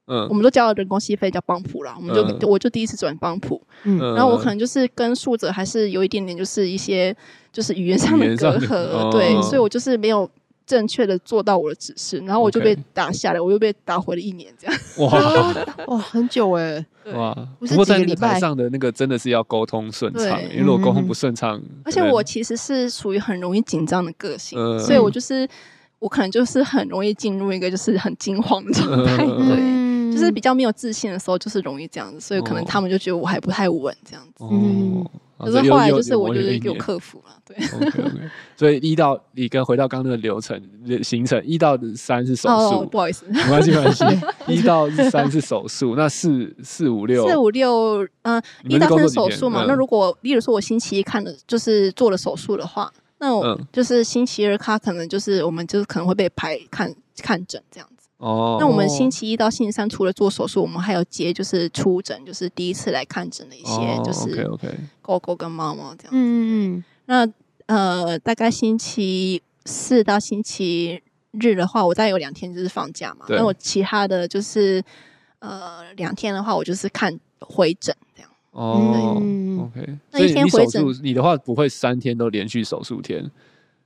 我嗯们都叫人工心肺叫帮浦啦，我们就、嗯我就第一次转帮浦，嗯，嗯然后我可能就是跟宿者还是有一点点就是一些就是语言上语的言上隔的阂，哦对，所以我就是没有正确的做到我的指示，然后我就 OK 被打下来，我又被打回了一年这样。哇哇，很久哎，对，哇，不是不过在几那个个礼拜台上的那个真的是要沟通顺畅，对因为如果沟嗯通不顺畅，而可且能 我其实是属于很容易紧张的个性，嗯所以我就是我可能就是很容易进入一个就是很惊慌的状态，嗯对。嗯就是比较没有自信的时候，就是容易这样子，所以可能哦他们就觉得我还不太稳这样子。嗯哦，可是后来就是我就是有克服了， 对。 OK OK，所以一到你跟回到刚刚那个流程行程，一到三是手哦，术，不好意思，没关系没关 系，一到三是手术，那四四五六四五六，嗯，你一们是到工三作几天是手术嘛。嗯那如果，例如说我星期一看的，就是做了手术的话，那我嗯就是星期二他可能就是我们就是可能会被排看看诊这样子。哦，那我们星期一到星期三除了做手术，我们还有接就是出诊，就是第一次来看诊的一些就哦 OK 是 OK，狗狗跟猫猫这样。嗯嗯那呃，大概星期四到星期日的话，我再有两天就是放假嘛。对那我其他的就是呃两天的话，我就是看回诊这样。哦、嗯 o k 那所一以天你回手诊术，你的话不会三天都连续手术天，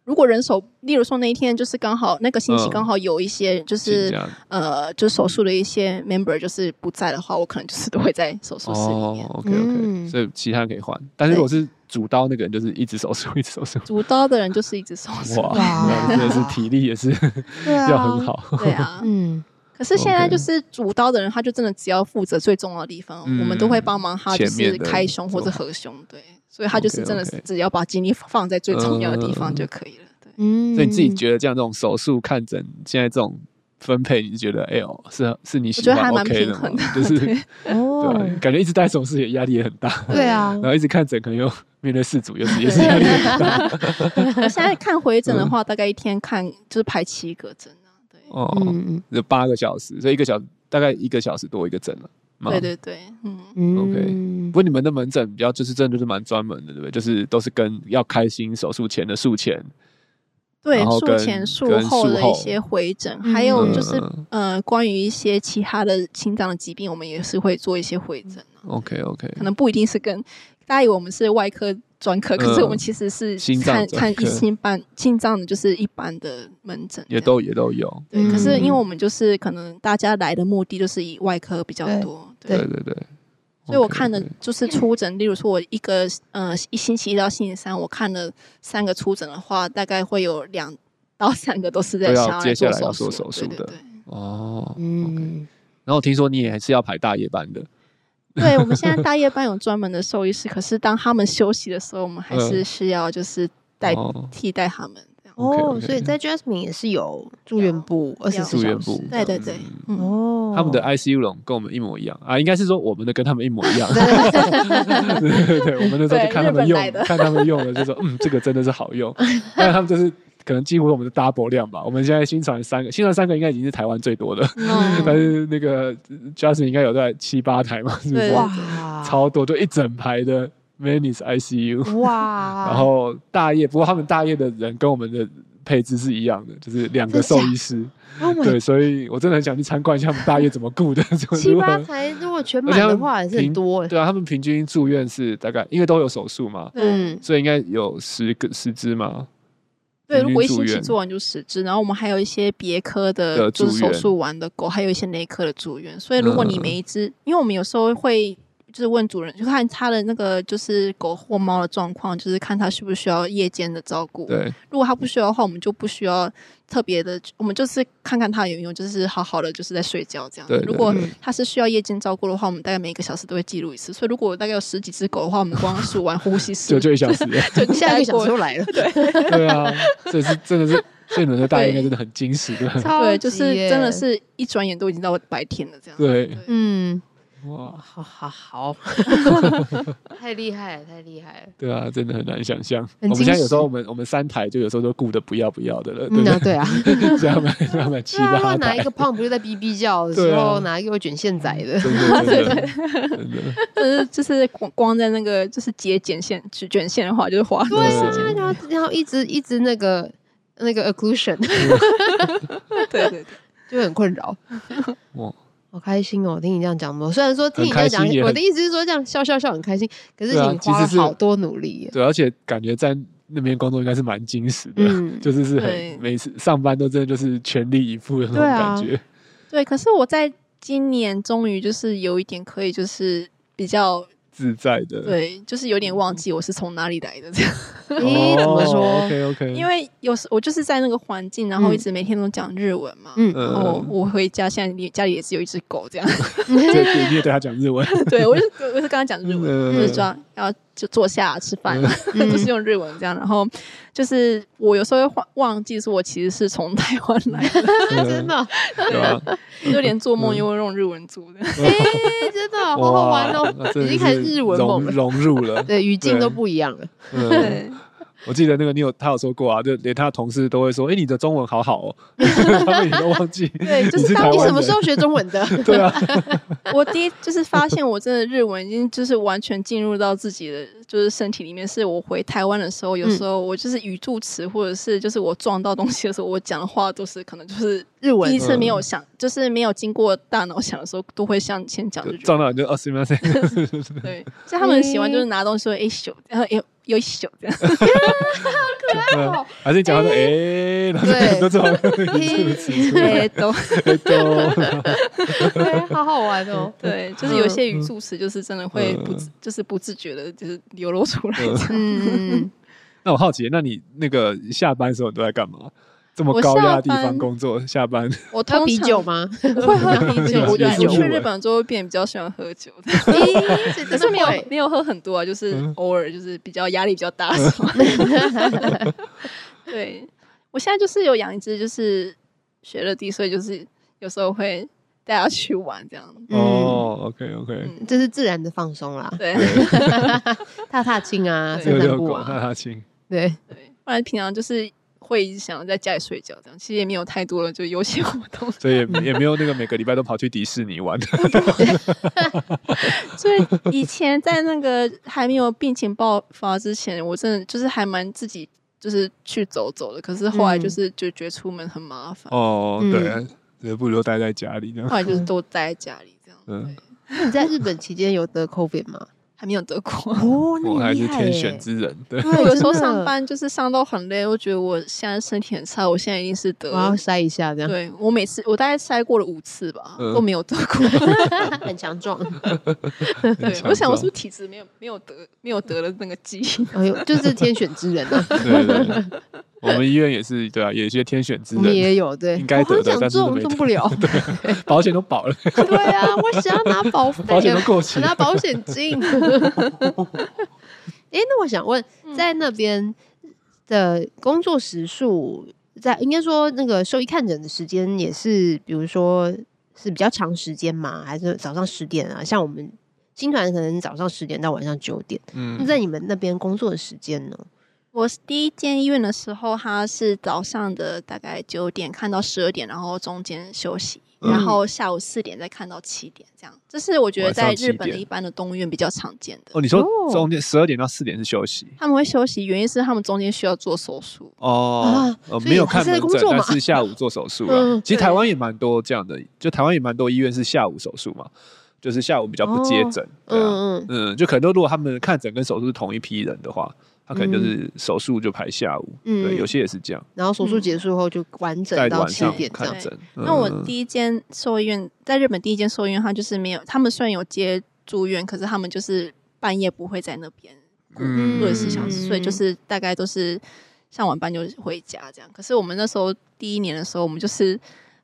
如果人手，例如说那一天就是刚好那个星期嗯刚好有一些就是这、样呃，就手术的一些 member 就是不在的话，我可能就是都会在手术室里面。哦，OK OK，、嗯所以其他人可以换，但是对如果是主刀那个人，就是一直手术一直手术，主刀的人就是一直手术，哇，哇那真的是体力也是嗯，对啊，要很，好，对啊。嗯，可是现在 OK 就是主刀的人，他就真的只要负责最重要的地方，嗯我们都会帮忙他就前是面的开胸或者合胸，对，所以他就是 OK，OK 真的是只要把精力放在最重要的地方嗯就可以了。对，嗯，所以你自己觉得这样这种手术看诊，现在这种分配，你觉得哎呦是是你喜我觉得欢还蛮 OK 的平衡吗的？就是对对得哦，吧，感觉一直戴手术也压力也很大，对啊，然后一直看诊可能又面对事主 又是也是压力很大。我现在看回诊的嗯话，大概一天看就是排七个诊啊，对，哦，嗯有八个小时，所以一个小大概一个小时多一个诊了。嘛对对对，嗯，嗯哦 OK 嗯不过你们的门诊比较就是真的就是蛮专门的，对不对？就是都是跟要开心手术前的术前，对然，后术跟前术跟后术的一后些回诊，嗯还有就是嗯呃，关于一些其他的心脏的疾病，我们也是会做一些回诊啊。 OK OK，可能不一定是跟大家以为我们是外科专科，可是嗯我们其实是心脏看专看科一心般心脏的，就是一般的门诊这也样都也都有。对。嗯可是因为我们就是可能大家来的目的就是以外科比较多，对对对。对对，所以我 OK，看的 OK 就是出诊，例如说我一个呃一星期一到星期三，我看了三个出诊的话，大概会有两到三个都是在都要想接下做来要手做术手术对对的对哦，嗯然后听说你也还是要排大夜班的， 对，我们现在大夜班有专门的兽医师，可是当他们休息的时候，我们还是需要就是代嗯哦替代他们这样。哦， OK，OK 嗯所以在 Jasmine 也是有住院部二十有四住小院时部，对对对，嗯哦，他们的 ICU 笼跟我们一模一样啊，应该是说我们的跟他们一模 一样。对对对，我们那时候对就看他日们本用来的，看他们用了，就说嗯，这个真的是好用。 但他们就是可能几乎我们的 double 量吧。我们现在新传三个，新传三个应该已经是台湾最多的， 但嗯，是那个 Justin 应该有在七八台嘛，是不是对？哇，超多，就一整排的 Venice ICU。哇， 然后大夜，不过他们大夜的人跟我们的配置是一样的，就是两个真兽假医师。 Oh my 对，所以我真的很想去参观一下他们大夜怎么顾 的，怎么七如何八台如果全 而满且他的们话也是平很多欸，对啊，他们平均住院是大概，因为都有手术嘛，对嗯，所以应该有十个十只嘛。对，如平果一均住星期院做完就十只，然后我们还有一些别科的的，就住是手院术完的狗，还有一些内科的住院。所以如果你嗯每一只，因为我们有时候会就是问主人，就啊看它的那个就是狗或猫的状况，就是看它需不需要夜间的照顾。对，如果它不需要的话，我们就不需要特别的，我们就是看看它有没有就是好好的就是在睡觉这样。对对如果对它是需要夜间照顾的话，我们大概每个小时都会记录一次。所以如果大概有十几只狗的话，我们光数完呼吸数 就就一 小时， 就下一个小时过又来 了，对啊，所以是真的是，所以你们的大夜应该真的很惊喜的。超对，就是级耶真的，是一转眼都已经到白天了，这样。对，嗯，哇，好好好， 太厉害了，太厉害了，对啊，真的很难想象。我很们惊现在有时候喜我们我们三台就有时候都顾的不要不要的了，对嗯不啊，对啊，对？ 所以他们他们七 对啊，如果八哪台 一，个胖不就在哔哔叫的对时啊嗯候，哪一个会卷线仔的？真的真的真的，就是就是光光在那个就是节俭线卷卷线的话，就是花很多对时啊间。 对啊，然后一直一直那个那个 occlusion 对啊对对，就很困扰。哇， 好开心哦！听你这样讲我虽然说听你这样很开心也讲，很我的意思是说这样笑笑笑很开心，可是对啊你花了其实是好多努力耶。对，而且感觉在那边工作应该是蛮惊喜的，嗯啊 就是是对很每次上班都真的就是全力以赴的那种对啊感觉。对。可是我在今年终于就是有一点可以就是比较自在的，对，就是有点忘记我是从哪里来的这样。哦咦，怎么说？ ？OK OK， 因为有时我就是在那个环境，然嗯后一直每天都讲日文嘛。嗯嗯然后我回家，现在也家里也是有一只狗这样。 嗯对对，你也对他讲日文，对我就是我就是跟他讲日文，嗯就是说要就坐下吃饭。 嗯就是用日文这样，然后就是我有时候会忘忘记说我其实是从台湾来的， 真的，嗯哦对吧？就连做梦也会用日文做的。 哎，真的好好玩哦！嗯啊哇，已经开始日文融梦了融入 了。对，语境对都不一样了。嗯， 对，我记得那个你有他有说过啊，就连他的同事都会说：“哎，你的中文好好哦。” 他们也都忘记。对，就你是是当台你湾人什么时候学中 文的？对啊，我第一就是发现我真的日文已经就是完全进入到自己的就是身体里面。是我回台湾的时候，有时候我就是语助词，或者是就是我撞到东西的时候，我讲的话都是可能就是日第一文次没有想，就是没有经过大脑想的时候，都会像先讲日文。撞到你就哦，すみません。 对，所以他们很喜欢就是拿东西说哎咻，然后有有一咻这样。嗯还是你讲话说：“哎， 然后对都这种语助词出来， 对，都都哎好好玩 哦。 对，就是有些语助词，就是真的会不自，就是不自觉的，就是流露出来这样。嗯，嗯 那我好奇，那你那个下班的时候你都在干嘛？这么高压的地方工作，下班 我喝通啤常 酒吗？会喝啤酒，也是我觉得也我是去我日本之后会变得比较喜欢喝酒的， 可可是没有哎没有喝很多啊，就是嗯偶尔就是比较压力比较大的 时候。对，我现在就是有养一只就是雪乐蒂，所以就是有时候会带它去玩这样。嗯哦，OK OK，嗯，这是自然的放松啦，对踏踏青啊，对散遛散遛步狗，啊，哈哈亲。对，对，不然平常就是会一直想要在家里睡觉这样，其实也没有太多了，就有些活 动。所以也也没有那个每个礼拜都跑去迪士尼玩。 所以以前在那个还没有病情爆发之前，我真的就是还蛮自己就是去走走的。可是后来就是就觉得出门很麻烦，哦，嗯对，也不如都待在家里这样。后来就是都待在家里这样。嗯，你在日本期间有得 COVID 吗？还没有得过。哦，我还是天选选。 之人，对， 对，有时候真的上班就是上到很累，我觉得我现在身体很差，我现在一定啊是得我要筛一下，这样对我每次我大概筛过了五次吧，嗯都没有得 过。很强 壮。很对，强我想我壮是不是体质没有没有得没有得了那个基因？哎呦，就是天选之人啊！对对对我们医院也是对啊，有一些天选之我们人，也有对，应该我很得的想但是做，都我没们做得不了。 保险都保了，对啊，我想要拿保费，啊保险都过期了拿保险金。哎、那我想问，在那边的工作时数，在应该说那个兽医看诊的时间也是，比如说是比较长时间吗？还是早上十点啊？像我们新团可能早上十点到晚上九点。那嗯，在你们那边工作的时间呢？我第一间医院的时候，它是早上的大概九点看到十二点，然后中间休息，嗯然后下午四点再看到七点，这样。这是我觉得晚上在7日本的点一般的动物园比较常见的。哦，你说哦中间十二点到四点是休息他们会休息，原因是他们中间需要做手术。哦啊，呃所以没有看还是在门工诊，作但嘛是下午做手术啊嗯。其实对台湾也蛮多这样的，就台湾也蛮多医院是下午手术嘛，就是下午比较不接诊，对啊，嗯嗯嗯，就可能都如果他们看诊跟手术是同一批人的话，他可能就是手术就排下午，嗯对，有些也是这样，然后手术结束后就完整在到晚七上点这样哦看。诊。那我嗯第一间兽医院在日本第一间兽医院，它就是没有，他们虽然有接住院，可是他们就是半夜不会在那边顾嗯二十四小嗯时，所以就是大概都是上晚班就回家这样。可是我们那时候第一年的时候，我们就是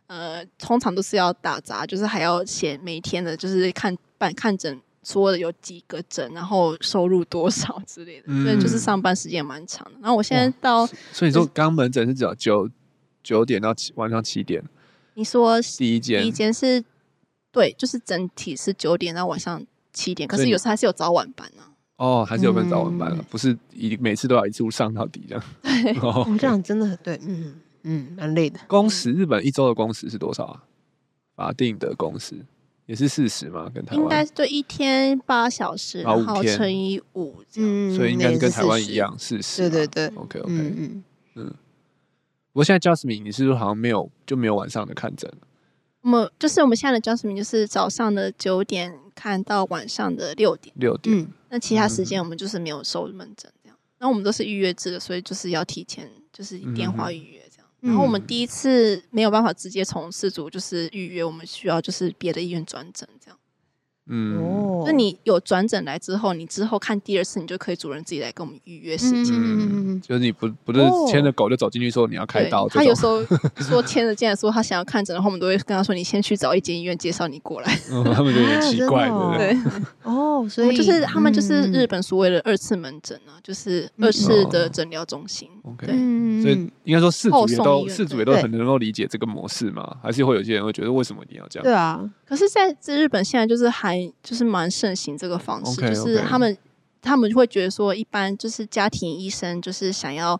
呃，通常都是要打杂，就是还要写每天的，就是看办看诊。说的有几个诊，然后收入多少之类的，所以就是嗯上班时间也蛮长的。然后我现哇在到所以你说肛门诊是只要九九点到七晚上七点，你说第一间第一间是，对，就是整体是九点到晚上七点，可所以是你有时候还是有早晚班啊呢、哦，还是有分早晚班了，嗯不是一每次都要一次上到底这样。我 哦们这样真的很对，嗯嗯，蛮累的。工时日本一周的工时是多少啊？法定的工时也是四十吗？跟台应该湾，是对一天八小时，啊五然后天乘以五这样。嗯，所以应该那是也跟台湾40一。样四十。对对对， ，OK OK。嗯嗯，不过现在 Jasmine 你是不是好像没有就没有晚上的看诊了？我们就是我们现在的 Jasmine 就是早上的九点看到晚上的六点，六点。嗯，那其他时间我们就是没有收门诊这样。然后我们都是预约制的，所以就是要提前就是电话预约这样。嗯然后我们第一次没有办法直接从事主就是预约，我们需要就是别的医院转诊这样。嗯，哦那你有转诊来之后，你之后看第二次，你就可以主人自己来跟我们预嗯约时间。嗯，就是你不不是哦牵着狗就走进去说你要开对刀这他有种，时候说牵着进来说他想要看诊，然后我们都会跟他说：“你先去找一间医院介绍你过来。嗯 他们就有点啊奇 真的怪，哦对不对？对，哦，我所们以就是他们就是嗯日本所谓的二次门诊啊，就是二次哦的诊疗中心。 OK 对，嗯，所以应该说四组也后送医都院四组也都对很能够理解这个模式嘛，还是会有些人会觉得为什么你要这样？对啊，可是在这日本现在就是还就是蛮盛行这个方式 OK，OK 就是他们他们会觉得说，一般就是家庭医生就是想要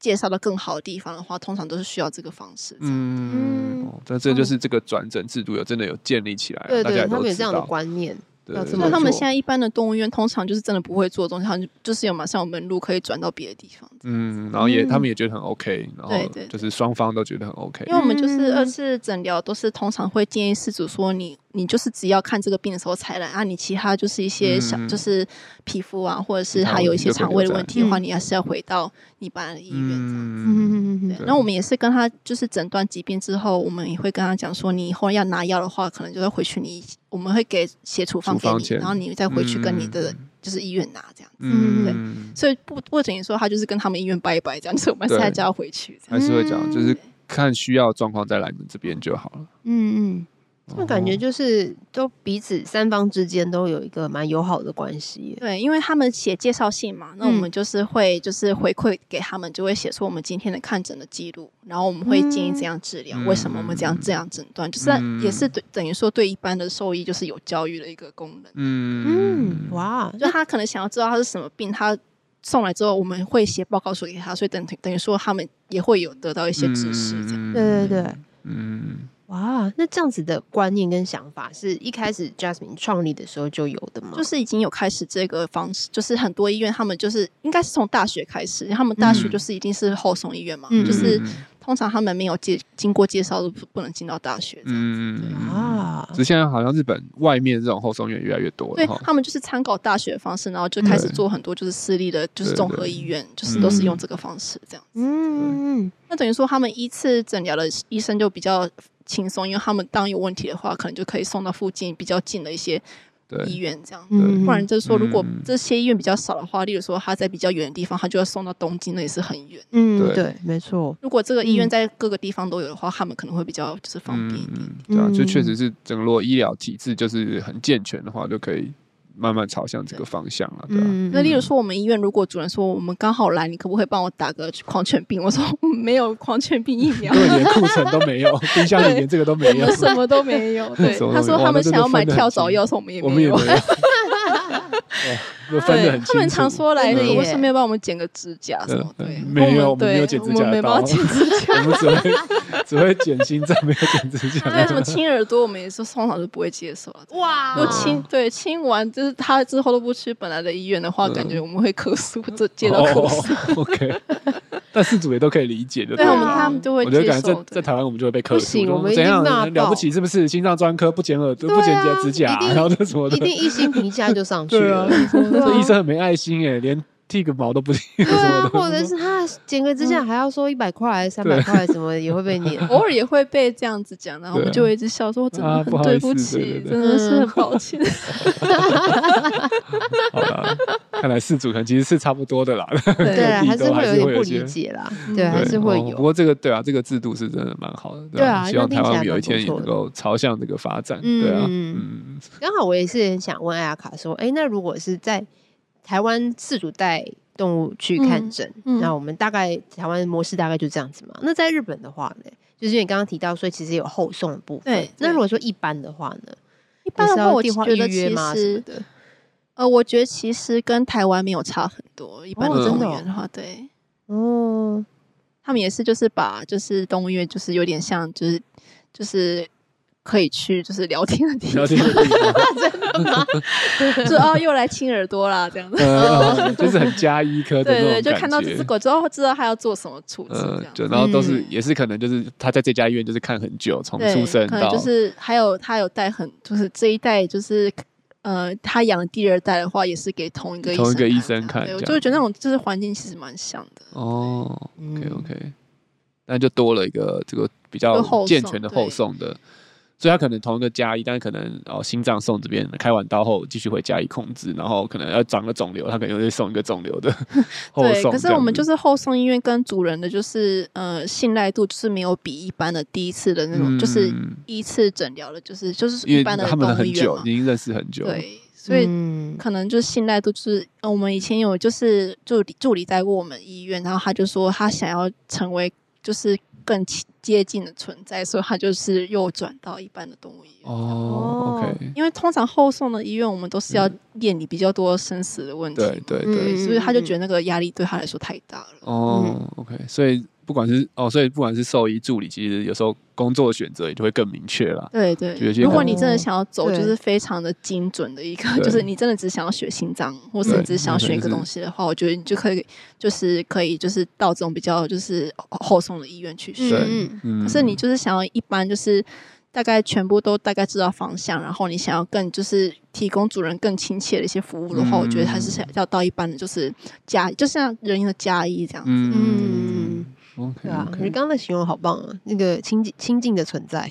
介绍到更好的地方的话，通常都是需要这个方式。嗯，嗯哦但这就是这个转诊制度有真的有建立起来了，对哎大家对，也他都们有知这样的道。观念，对要对这对么那他做们现在一般的动物园通常就是真的不会做的东西，他们就是有马上有门路可以转到别的地方。嗯，然后也嗯他们也觉得很 OK，然对后对对就是双方都觉得很 OK 因。为我们就是嗯二次诊疗都是通常会建议事主说你你就是只要看这个病的时候才来啊，你其他就是一些小、嗯就是皮肤啊，或者是还有一些肠胃的问题的话，嗯你还是要回到你本来的医院这样。嗯，嗯对，那我们也是跟他就是诊断疾病之后，我们也会跟他讲说，你以后要拿药的话，可能就会回去你我们会给写处方处给方你，钱然后你再回去跟你的嗯就是医院拿这样子。嗯，对嗯所以不不等于说他就是跟他们医院拜拜这样子，我们对现在就要回去这样。还是会讲，嗯就是看需要的状况再来你们这边就好了。嗯嗯，这种感觉哦就是都彼此三方之间都有一个蛮友好的关系耶，对，因为他们写介绍信嘛，那我嗯们就是会就是回馈给他们，就会写出我们今天的看诊的记录，然后我们会建议嗯怎样治疗，嗯为什么我们这样这样诊断，就是嗯也是对等于说对一般的兽医就是有教育的一个功能。嗯嗯，，哇， 就他可能想要知道他是什么病，他送来之后我们会写报告书给他，所以等等于说他们也会有得到一些知识这样。嗯对对对，嗯，哇，那这样子的观念跟想法是一开始 Jasmine 创立的时候就有的嗯吗？就是已经有开始这个方式，就是很多医院他们就是应该是从大学开始，他们大学嗯就是一定是后送医院嘛，嗯就是嗯通常他们没有介经过介绍都不不能进到大学这样子。嗯，嗯啊只，是现在好像日本外面这种后松院越来越多对了哈。他们就是参考大学的方式，然后就开始对做很多就是私立的，就是对综合对嗯医院，就是都是用这个方式这样。嗯嗯那等于说他们依次诊疗的医生就比较轻松，因为他们当有问题的话，可能就可以送到附近比较近的一些对医院这样。嗯不然就是说，如果嗯这些医院比较少的话，例如说他在比较远的地方，他就要送到东京，那也是很远。嗯，对对，没错，如果这个医院嗯在各个地方都有的话，他们可能会比较就是方便一点。嗯，对啊，就确嗯实是整个如果医疗体制就是很健全的话，就可以慢慢朝向这个方向了，对啊。嗯，那例如说，我们医院如果主任说我们刚好来，你可不可以帮我打个狂犬病？我说我没有狂犬病疫 苗根，本连库存都没有，冰箱里连这个都没 我有们，什么都 没有。对什么都没有，他说哇他那们真想的要买分得很跳蚤清药，我们也我们也有没。有。哇就分对的很清楚。他们常说来，真的如果耶顺便帮我们剪个指甲什么，嗯对啊嗯，没有我我们们没有对剪指我甲们没的帮刀剪指 甲。我们只会只会剪心脏，没有剪指甲。还有什么亲耳朵，我们也是通常是不会接受啊。哇就哦亲对亲完，就是他之后都不去本来的医院的话，嗯感觉我们会咳嗽，这接到咳嗽。哦 OK，但 事主也都可以理解的。对啊，对我们啊他们就会我就接感觉受在。在台湾，我们就会被克不诉行就我们一怎定样骂了爆不起是不是？心脏专科不剪耳朵，对啊不剪指指甲一，定然后那什么的一，定一星评价就上去啊对了啊，，对这啊医生很没爱心耶，连剃个毛都不剃， 什对么啊，的。或者是他剪个指甲还要收一百块、三百对块，什么也 会被念。偶尔也会被这样子讲，然后我们对就会一直笑说，我真啊的不很好对意思对起，对对真的是 很抱歉。好啦看来事主可能其实是差不多的啦。对啊，自己还是都还会有是会点有不些理解啦，嗯对，还对是会哦不有。过这个对啊，这个制度是真的蛮好的，对啊希望那台听起湾来有一蛮不天也错能的够朝向这个发展。对啊，嗯嗯，刚好我也是很想问艾雅卡说，哎，那如果是在台湾饲主带动物去看诊，嗯嗯那我们大概台湾的模式大概就这样子嘛？那在日本的话呢，就是你刚刚提到，所以其实有后送的部分对。那对如果说一般的话呢， 一般你的是要话，我电话觉得预约其吗什么实，的？呃，我觉得其实跟台湾没有差很多。一般哦的真动物的哦园的话，对。嗯哦，他们也是就是把就是动物园就是有点像就是就是可以去就是聊天的地聊方，天的地 方。 就哦又来亲耳朵啦这样子。呃，就是很加医科的那对种对，就感看到这觉只狗之后，知道它要做什么处置这呃，样就子。然后都是、嗯也是可能就是他在这家医院就是看很久，从对，出生可能到就是还有它有带很，就是这一代就是呃，他养的第二代的话，也是给同一个同一个医医生生看这样对我这就样觉得那种就是环境其实蛮像的。哦嗯，OK OK，那就多了一个这个比较就后送健全的后送 的。所以他可能同一个加医，但是可能哦心脏送这边开完刀后继续回加医控制，然后可能要长个肿瘤，他可能又会送一个肿 瘤的 后对，送。可是我们就是后送医院跟主人的，就是呃信赖度，就是没有比一般的第一次的那种，就是嗯一次诊疗的，就是就是因一为般的他动们物很医院久嘛，已经认识很久了，对，所以嗯可能就是信赖度，就是、呃、我们以前有就是助理助理在过我们医院，然后他就说他想要成为就是更亲接近的存在，所以他就是又转到一般的动物医院。哦哦，OK，因为通常后送的医院，我们都是要验你比较多生死的问题嘛，嗯对对嗯对，对，所以他就觉得那个压力对他来说太大了。嗯哦、o k 所以不管是哦，所以不管是兽医助理，其实有时候工作选择也就会更明确啦。对就有对，些如可果能你真的想要走，就哦对是非常的精准的一个，对 就是你真的只想要学心脏，或对是你只想要学一那可个能是东西的话，我觉得你就可以，就是可以，就是到这种比较就是后送的医院去学。对嗯嗯，可是你就是想要一般就是大概全部都大概知道方向，然后你想要更就是提供主人更亲切的一些服务的话，嗯我觉得还是想要到一般的就是家，就像人的家医这样子。嗯，OK，对啊，你 OK，刚刚的形容好棒啊！那个亲近亲近的存 在，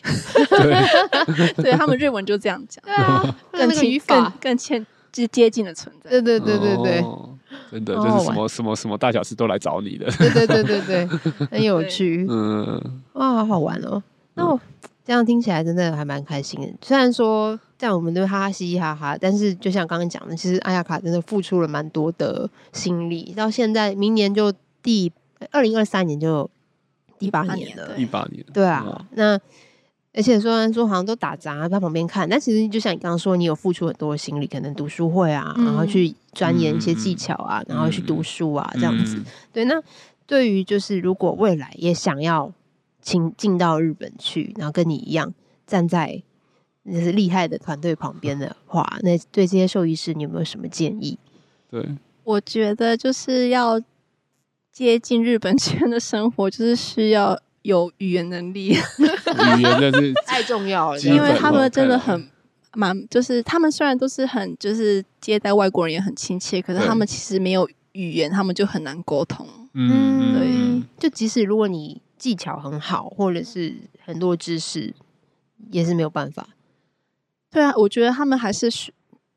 对， 对他们日文就这样 讲，更啊那个亲语法更，更亲接接近的存在。对对对对对哦真的好就是好什么什么什么大小事都来找你 的，对对对对 对，很有趣嗯，哇，好好玩哦！那我这样听起来真的还蛮开心的。虽然说在我们对哈哈嘻嘻哈哈，但是就像刚刚讲的，其实阿亚卡真的付出了蛮多的心力，到现在明年就第二零二三年就第八第八年年了，对一八 年，对啊哇，那而且虽然说好像都打杂在旁边看，但其实就像你刚刚说，你有付出很多的心力，可能读书会啊，嗯然后去钻研一些嗯嗯技巧啊，然后去读书啊，这样子。嗯对，那对于就是如果未来也想要请进到日本去，然后跟你一样站在就是厉害的团队旁边的话，那对这些兽医师你有没有什么建议？对，我觉得就是要接近日本圈的生活，就是需要有语言能力，语言真 是太重要了基因为他本哦们真的看来很蛮，就是他们虽然都是很就是接待外国人也很亲切，可是对他们其实没有语言，他们就很难沟通。嗯，对嗯，就即使如果你技巧很好，或者是很多知识，也是没有办法。对啊，我觉得他们还是需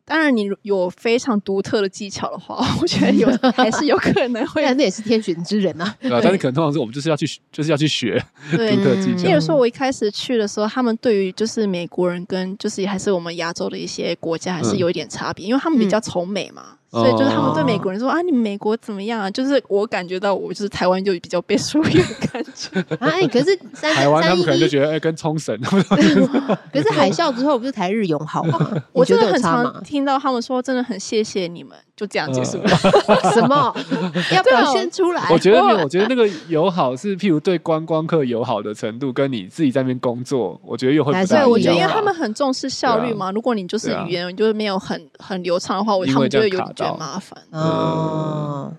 当然，你如有非常独特的技巧的话， 我觉得有还是有可能 会但那也是天选之人 啊。对吧、但是可能通常是我们就是要去学，就是要去学对独特嗯技巧例。如 说，我一开始去的时候，他们对于就是美国人跟就是还是我们亚洲的一些国家还是嗯有一点差别，因为他们比较崇美嘛，哦所以就是他们对美国人说啊，你们美国怎么样啊？就是我感觉到我就是台湾就比较 被疏远的感觉，啊，哎，可是三台 湾他三一们可能就一，觉得，哎、跟冲绳他们 可是海啸之后不是台日友好吗？我你觉真得的有很差常 吗？听到他们说，真的很谢谢你们，就这样结束了。嗯什么 要对啊表现出来？我觉得没有，我觉得那个哎友好是，譬如对观光客友好的程度，跟你自己在那边工作，我觉得又会不还是大对，哎我一觉得样因为吧他们很重视效率嘛，如果你就是对啊语言就是没有很很流畅的话，我因他为们这样就会有点卡觉得到麻烦。哦，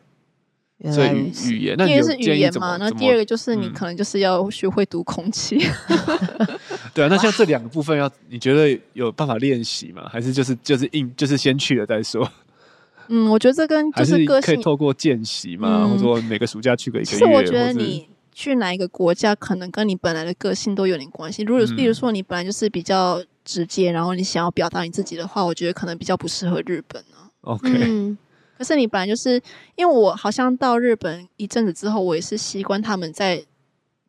原嗯所以来语如此。语言，那第你一有个是语建议言怎嘛么，？那怎第二么个就是你嗯可能就是要学会读空气。 对啊，那像这两个部分要，你觉得有办法练习吗？还是就是就是硬就是先去了再说？嗯，我觉得这跟就还是个可以性。透过见习嘛，嗯或者说每个暑假去个一个其月？实我觉得或是你去哪一个国家，可能跟你本来的个性都有点关系。如果嗯例如说你本来就是比较直接，然后你想要表达你自己的话，我觉得可能比较不适合日本啊。 OK，嗯，可是你本来就是，因为我好像到日本一阵子之后，我也是习惯他们在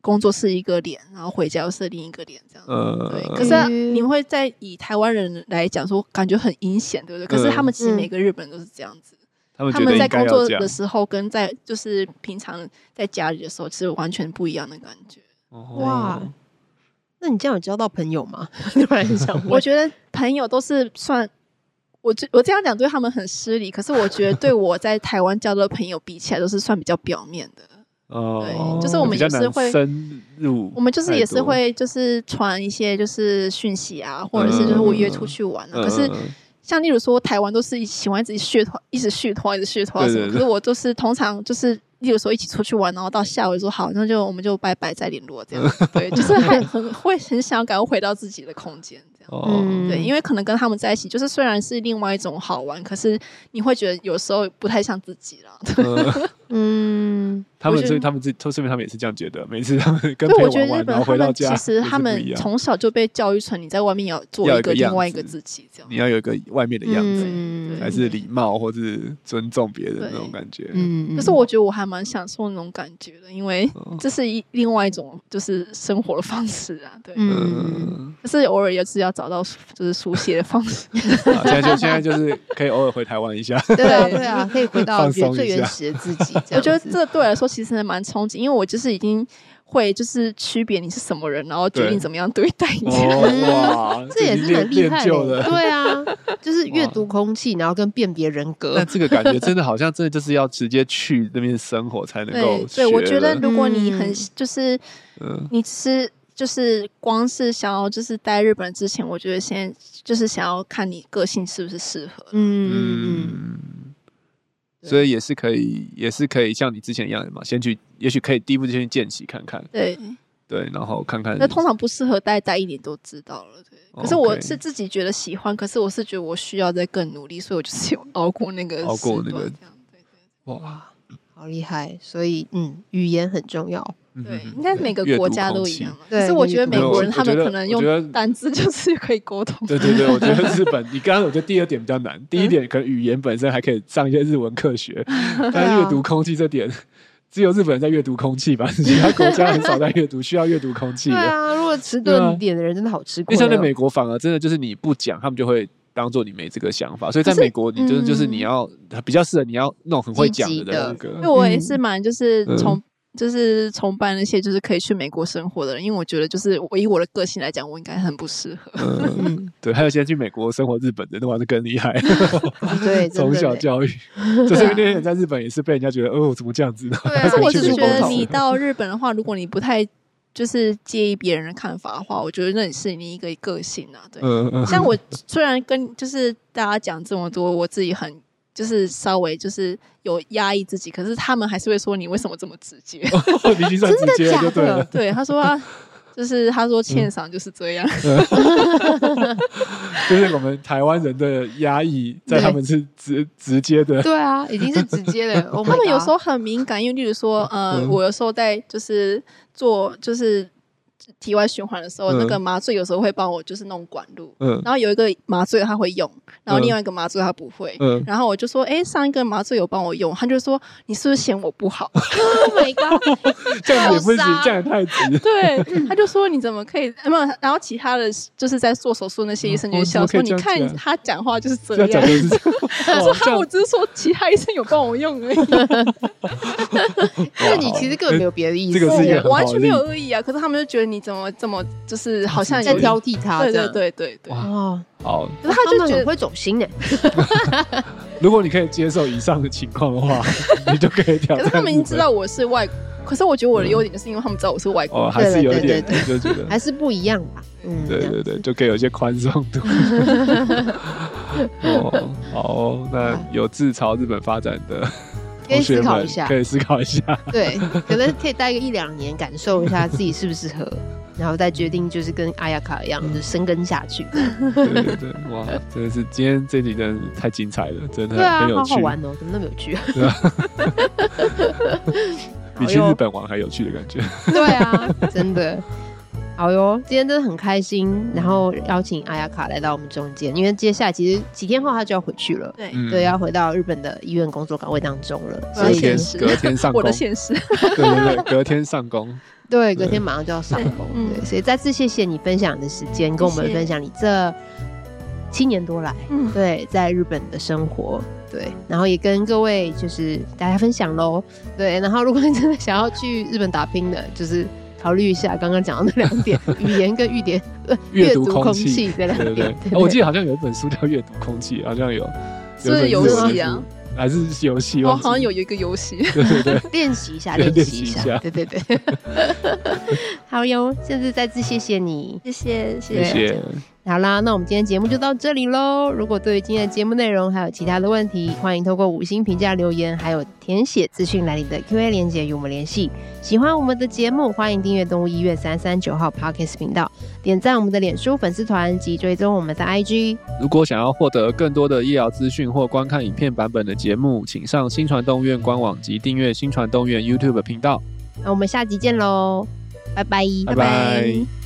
工作是一个脸，然后回家又是另一个脸这样子。对，呃，可是啊嗯你会在以台湾人来讲说，感觉很阴险，对不对？可是他们其实嗯每个日本人都是这样子， 他们他觉得们在应该工要作这样的。时候跟在就是平常在家里的时候是完全不一样的感觉。哇哦那你这样有交到朋友吗？ 突然想 问，我觉得朋友都是算。我这我这样讲对他们很失礼，可是我觉得对我在台湾交的朋友比起来，都是算比较表面的。哦，对就是我们比较也是难会深入，我们就是也是太多，会就是传一些就是讯息啊，或者是就是我约出去玩啊。嗯可是嗯嗯像例如说台湾都是喜欢一直续团，一直续团，一直续团对什对么。对可是我就是通常就是。例如说一起出去玩，然后到下午就说好，那就我们就拜拜再联络这样 子。对，就是很很会很想赶快回到自己的空间这样。哦，对，因为可能跟他们在一起，就是虽然是另外一种好玩，可是你会觉得有时候不太像自己了。 嗯嗯，他们我觉得所以他们自己，说明他们也是这样觉得。每次他们跟 对，朋我友觉得玩日完，本然后他回到们其家，实也他是不一们样从小就被教育成你在外面要做要一有个一个另外一样个子自己这样你。要有一个外面的样子，嗯还是礼貌或是尊重别人那种感觉。嗯，可是我觉得我还蛮享受那种感觉的，因为哦这是一另外一种就是生活的方式啊，对。嗯，嗯，可是偶尔也是要找到就是书写的方 式，啊现在就现在就是可以偶尔回台湾一 下，对啊，对对啊，可以回到放松原一最原下始的自己。这我觉得样子这对我来说其实还蛮憧憬，因为我就是已经会就是区别你是什么人，然后决定对怎么样对待你。哦嗯哇，这也已是经很厉练练害欸就了。对啊， 就是阅哇读空气，然后跟辨别人格 但。这个感觉真的好像真的就是要直接去那边生活才能 对够对，我学觉得的如果你很嗯就是嗯你只是就是光是想要就是待日本之前，我觉得先就是想要看你个性是不是适合。嗯嗯嗯，对所以也是可以，也是可以像你之前一样嘛，先去，也许可以第一步就先去见习看看，对，对，然后看看那通常不适合待待一年都知道了。对，可是哦 OK 我是自己觉得喜欢，可是我是觉得我需要再更努力，所以我就是有熬过那个熬过时那个段这样。嗯，哇，好厉害！所所以嗯，语言很重要。嗯对对，哼应该每个阅读国家空都一气样嘛。对可是我觉得美阅读国人空气他们我觉得可能我觉得用 单字就是可以沟通。对对对，我觉得日本，你刚刚我觉得第二点比较难，第一嗯点可能语言本身还可以上一些日文课 学，但是阅读空气这点，只有日本人在阅读空气吧，其他国家很少在阅读，需要阅读空气对的。啊，如果迟对啊钝一点的人真的好吃那亏哦。像在美国，反而真的就是你不讲，他们就会当做你没这个想法，所以在可是美国，你就是嗯就是你要比较适合你要那种很会讲积极的的那因个为。我也是蛮就是嗯崇、就是崇拜那些就是可以去美国生活的人，因为我觉得就是我以我的个性来讲，我应该很不适合。嗯，嗯，对，还有现在去美国生活日本的，那玩的更 厉害， 对，真从的小嘞教育，就是那些人在日本也是被人家觉得，哦，怎么这样子呢？ 对啊还可是我去只就是美觉国得考你试到日本的话，如果你不太就是介意别人的看法的话，我觉得那也是你一个个性啊。对，嗯嗯， 像我虽然跟就是大家讲这么多，我自己很。就是稍微就是有压抑自己，可是他们还是会说你为什么这么直接？哦你已经算直接了就对了。对，他说啊，就是他说欠赏就是这样，就是我们台湾人的压抑，在他们是直直接的，对啊，已经是直接 的。Oh my 他们有 god 时候很敏感，因为例如说，呃，嗯我有时候在就是做就是体外循环的时候，嗯那个麻醉有时候会帮我就是弄管路，嗯然后有一个麻醉他会用，然后嗯另外一个麻醉他不会。嗯，然后我就说，哎，上一个麻醉有帮我用，他就说你是不是嫌我不好？ Oh my god！这样也不行好，杀这样也太直。对， 他就说你怎么可以？那么，然后其他的就是在做手术那些医生就会笑哦怎说，么可以这你样子啊看他讲话就是这这样讲样就。 是这样，他说哇这哈，样我只是说其他医生有帮我用而已，那你其实根本没有别的意思，这个是一个我很好的完哦全没有恶意啊。可是他们就觉得你怎么这么就是好像在有挑剔他，这对对样。对对对。哇哦，好，可是他就们觉很得会走心呢。欸如果你可以接受以上的情况的话， 你就可以挑可战。是他们已经知道我是外，可是我觉得我的优点就是因为他们知道我是外国嗯哦，还是有一对点对就觉得还是不一样吧。嗯，对对对，就可以有一些宽松 度。哦，好哦，那有志朝日本发展的可以同思学考一们下可以思考一下。 对，可能可以待个一两年，感受一下自己适不适合，然后再决定就是跟阿雅卡一样，就生根下去。嗯对对对，哇，真的是今天这集真的是太精彩了，真的对啊很，有好趣好，玩哦，怎么那么有趣？ 比去日本玩还有趣的感觉。对啊，真的。好哟，今天真的很开心，然后邀请阿雅卡来到我们中间，因为接下来其实几天后她就要回去了，对嗯对，啊要回到日本的医院工作岗位当中了，所隔以天是隔天上我工，的对现实。对对，隔天上工，对，隔天马上就要上工，嗯对，所以再次谢谢你分享你的时间，跟我们谢谢分享你这七年多来嗯，对在日本的生活，对，然后也跟各位就是大家分享喽，对，然后如果你真的想要去日本打拼的，就是考虑一下刚刚讲到那两点，语言跟语点， 呃阅读空空气，这两对对点，对。哦我记得好像有一本书叫《阅读空气》，好像有，是有一本游日文戏的啊书，还是游戏？啊我忘记好像有一个游戏， 对对对，练习一下，对练习一练习一下，下对对对， 好哟，甚至再次谢谢你，谢谢谢谢谢，好啦，那我们今天节目就到这里喽。如果对于今天的节目内容还有其他的问题，欢迎透过五星评价留言，还有填写资讯栏里的 Q&A 连接与我们联系。喜欢我们的节目，欢迎订阅动物医院三三九号 Podcast 频道，点赞我们的脸书粉丝团及追踪我们的 IG。如果想要获得更多的医疗资讯或观看影片版本的节目，请上新传动物院官网及订阅新传动物院 YouTube 频道。那我们下集见喽，拜拜，拜拜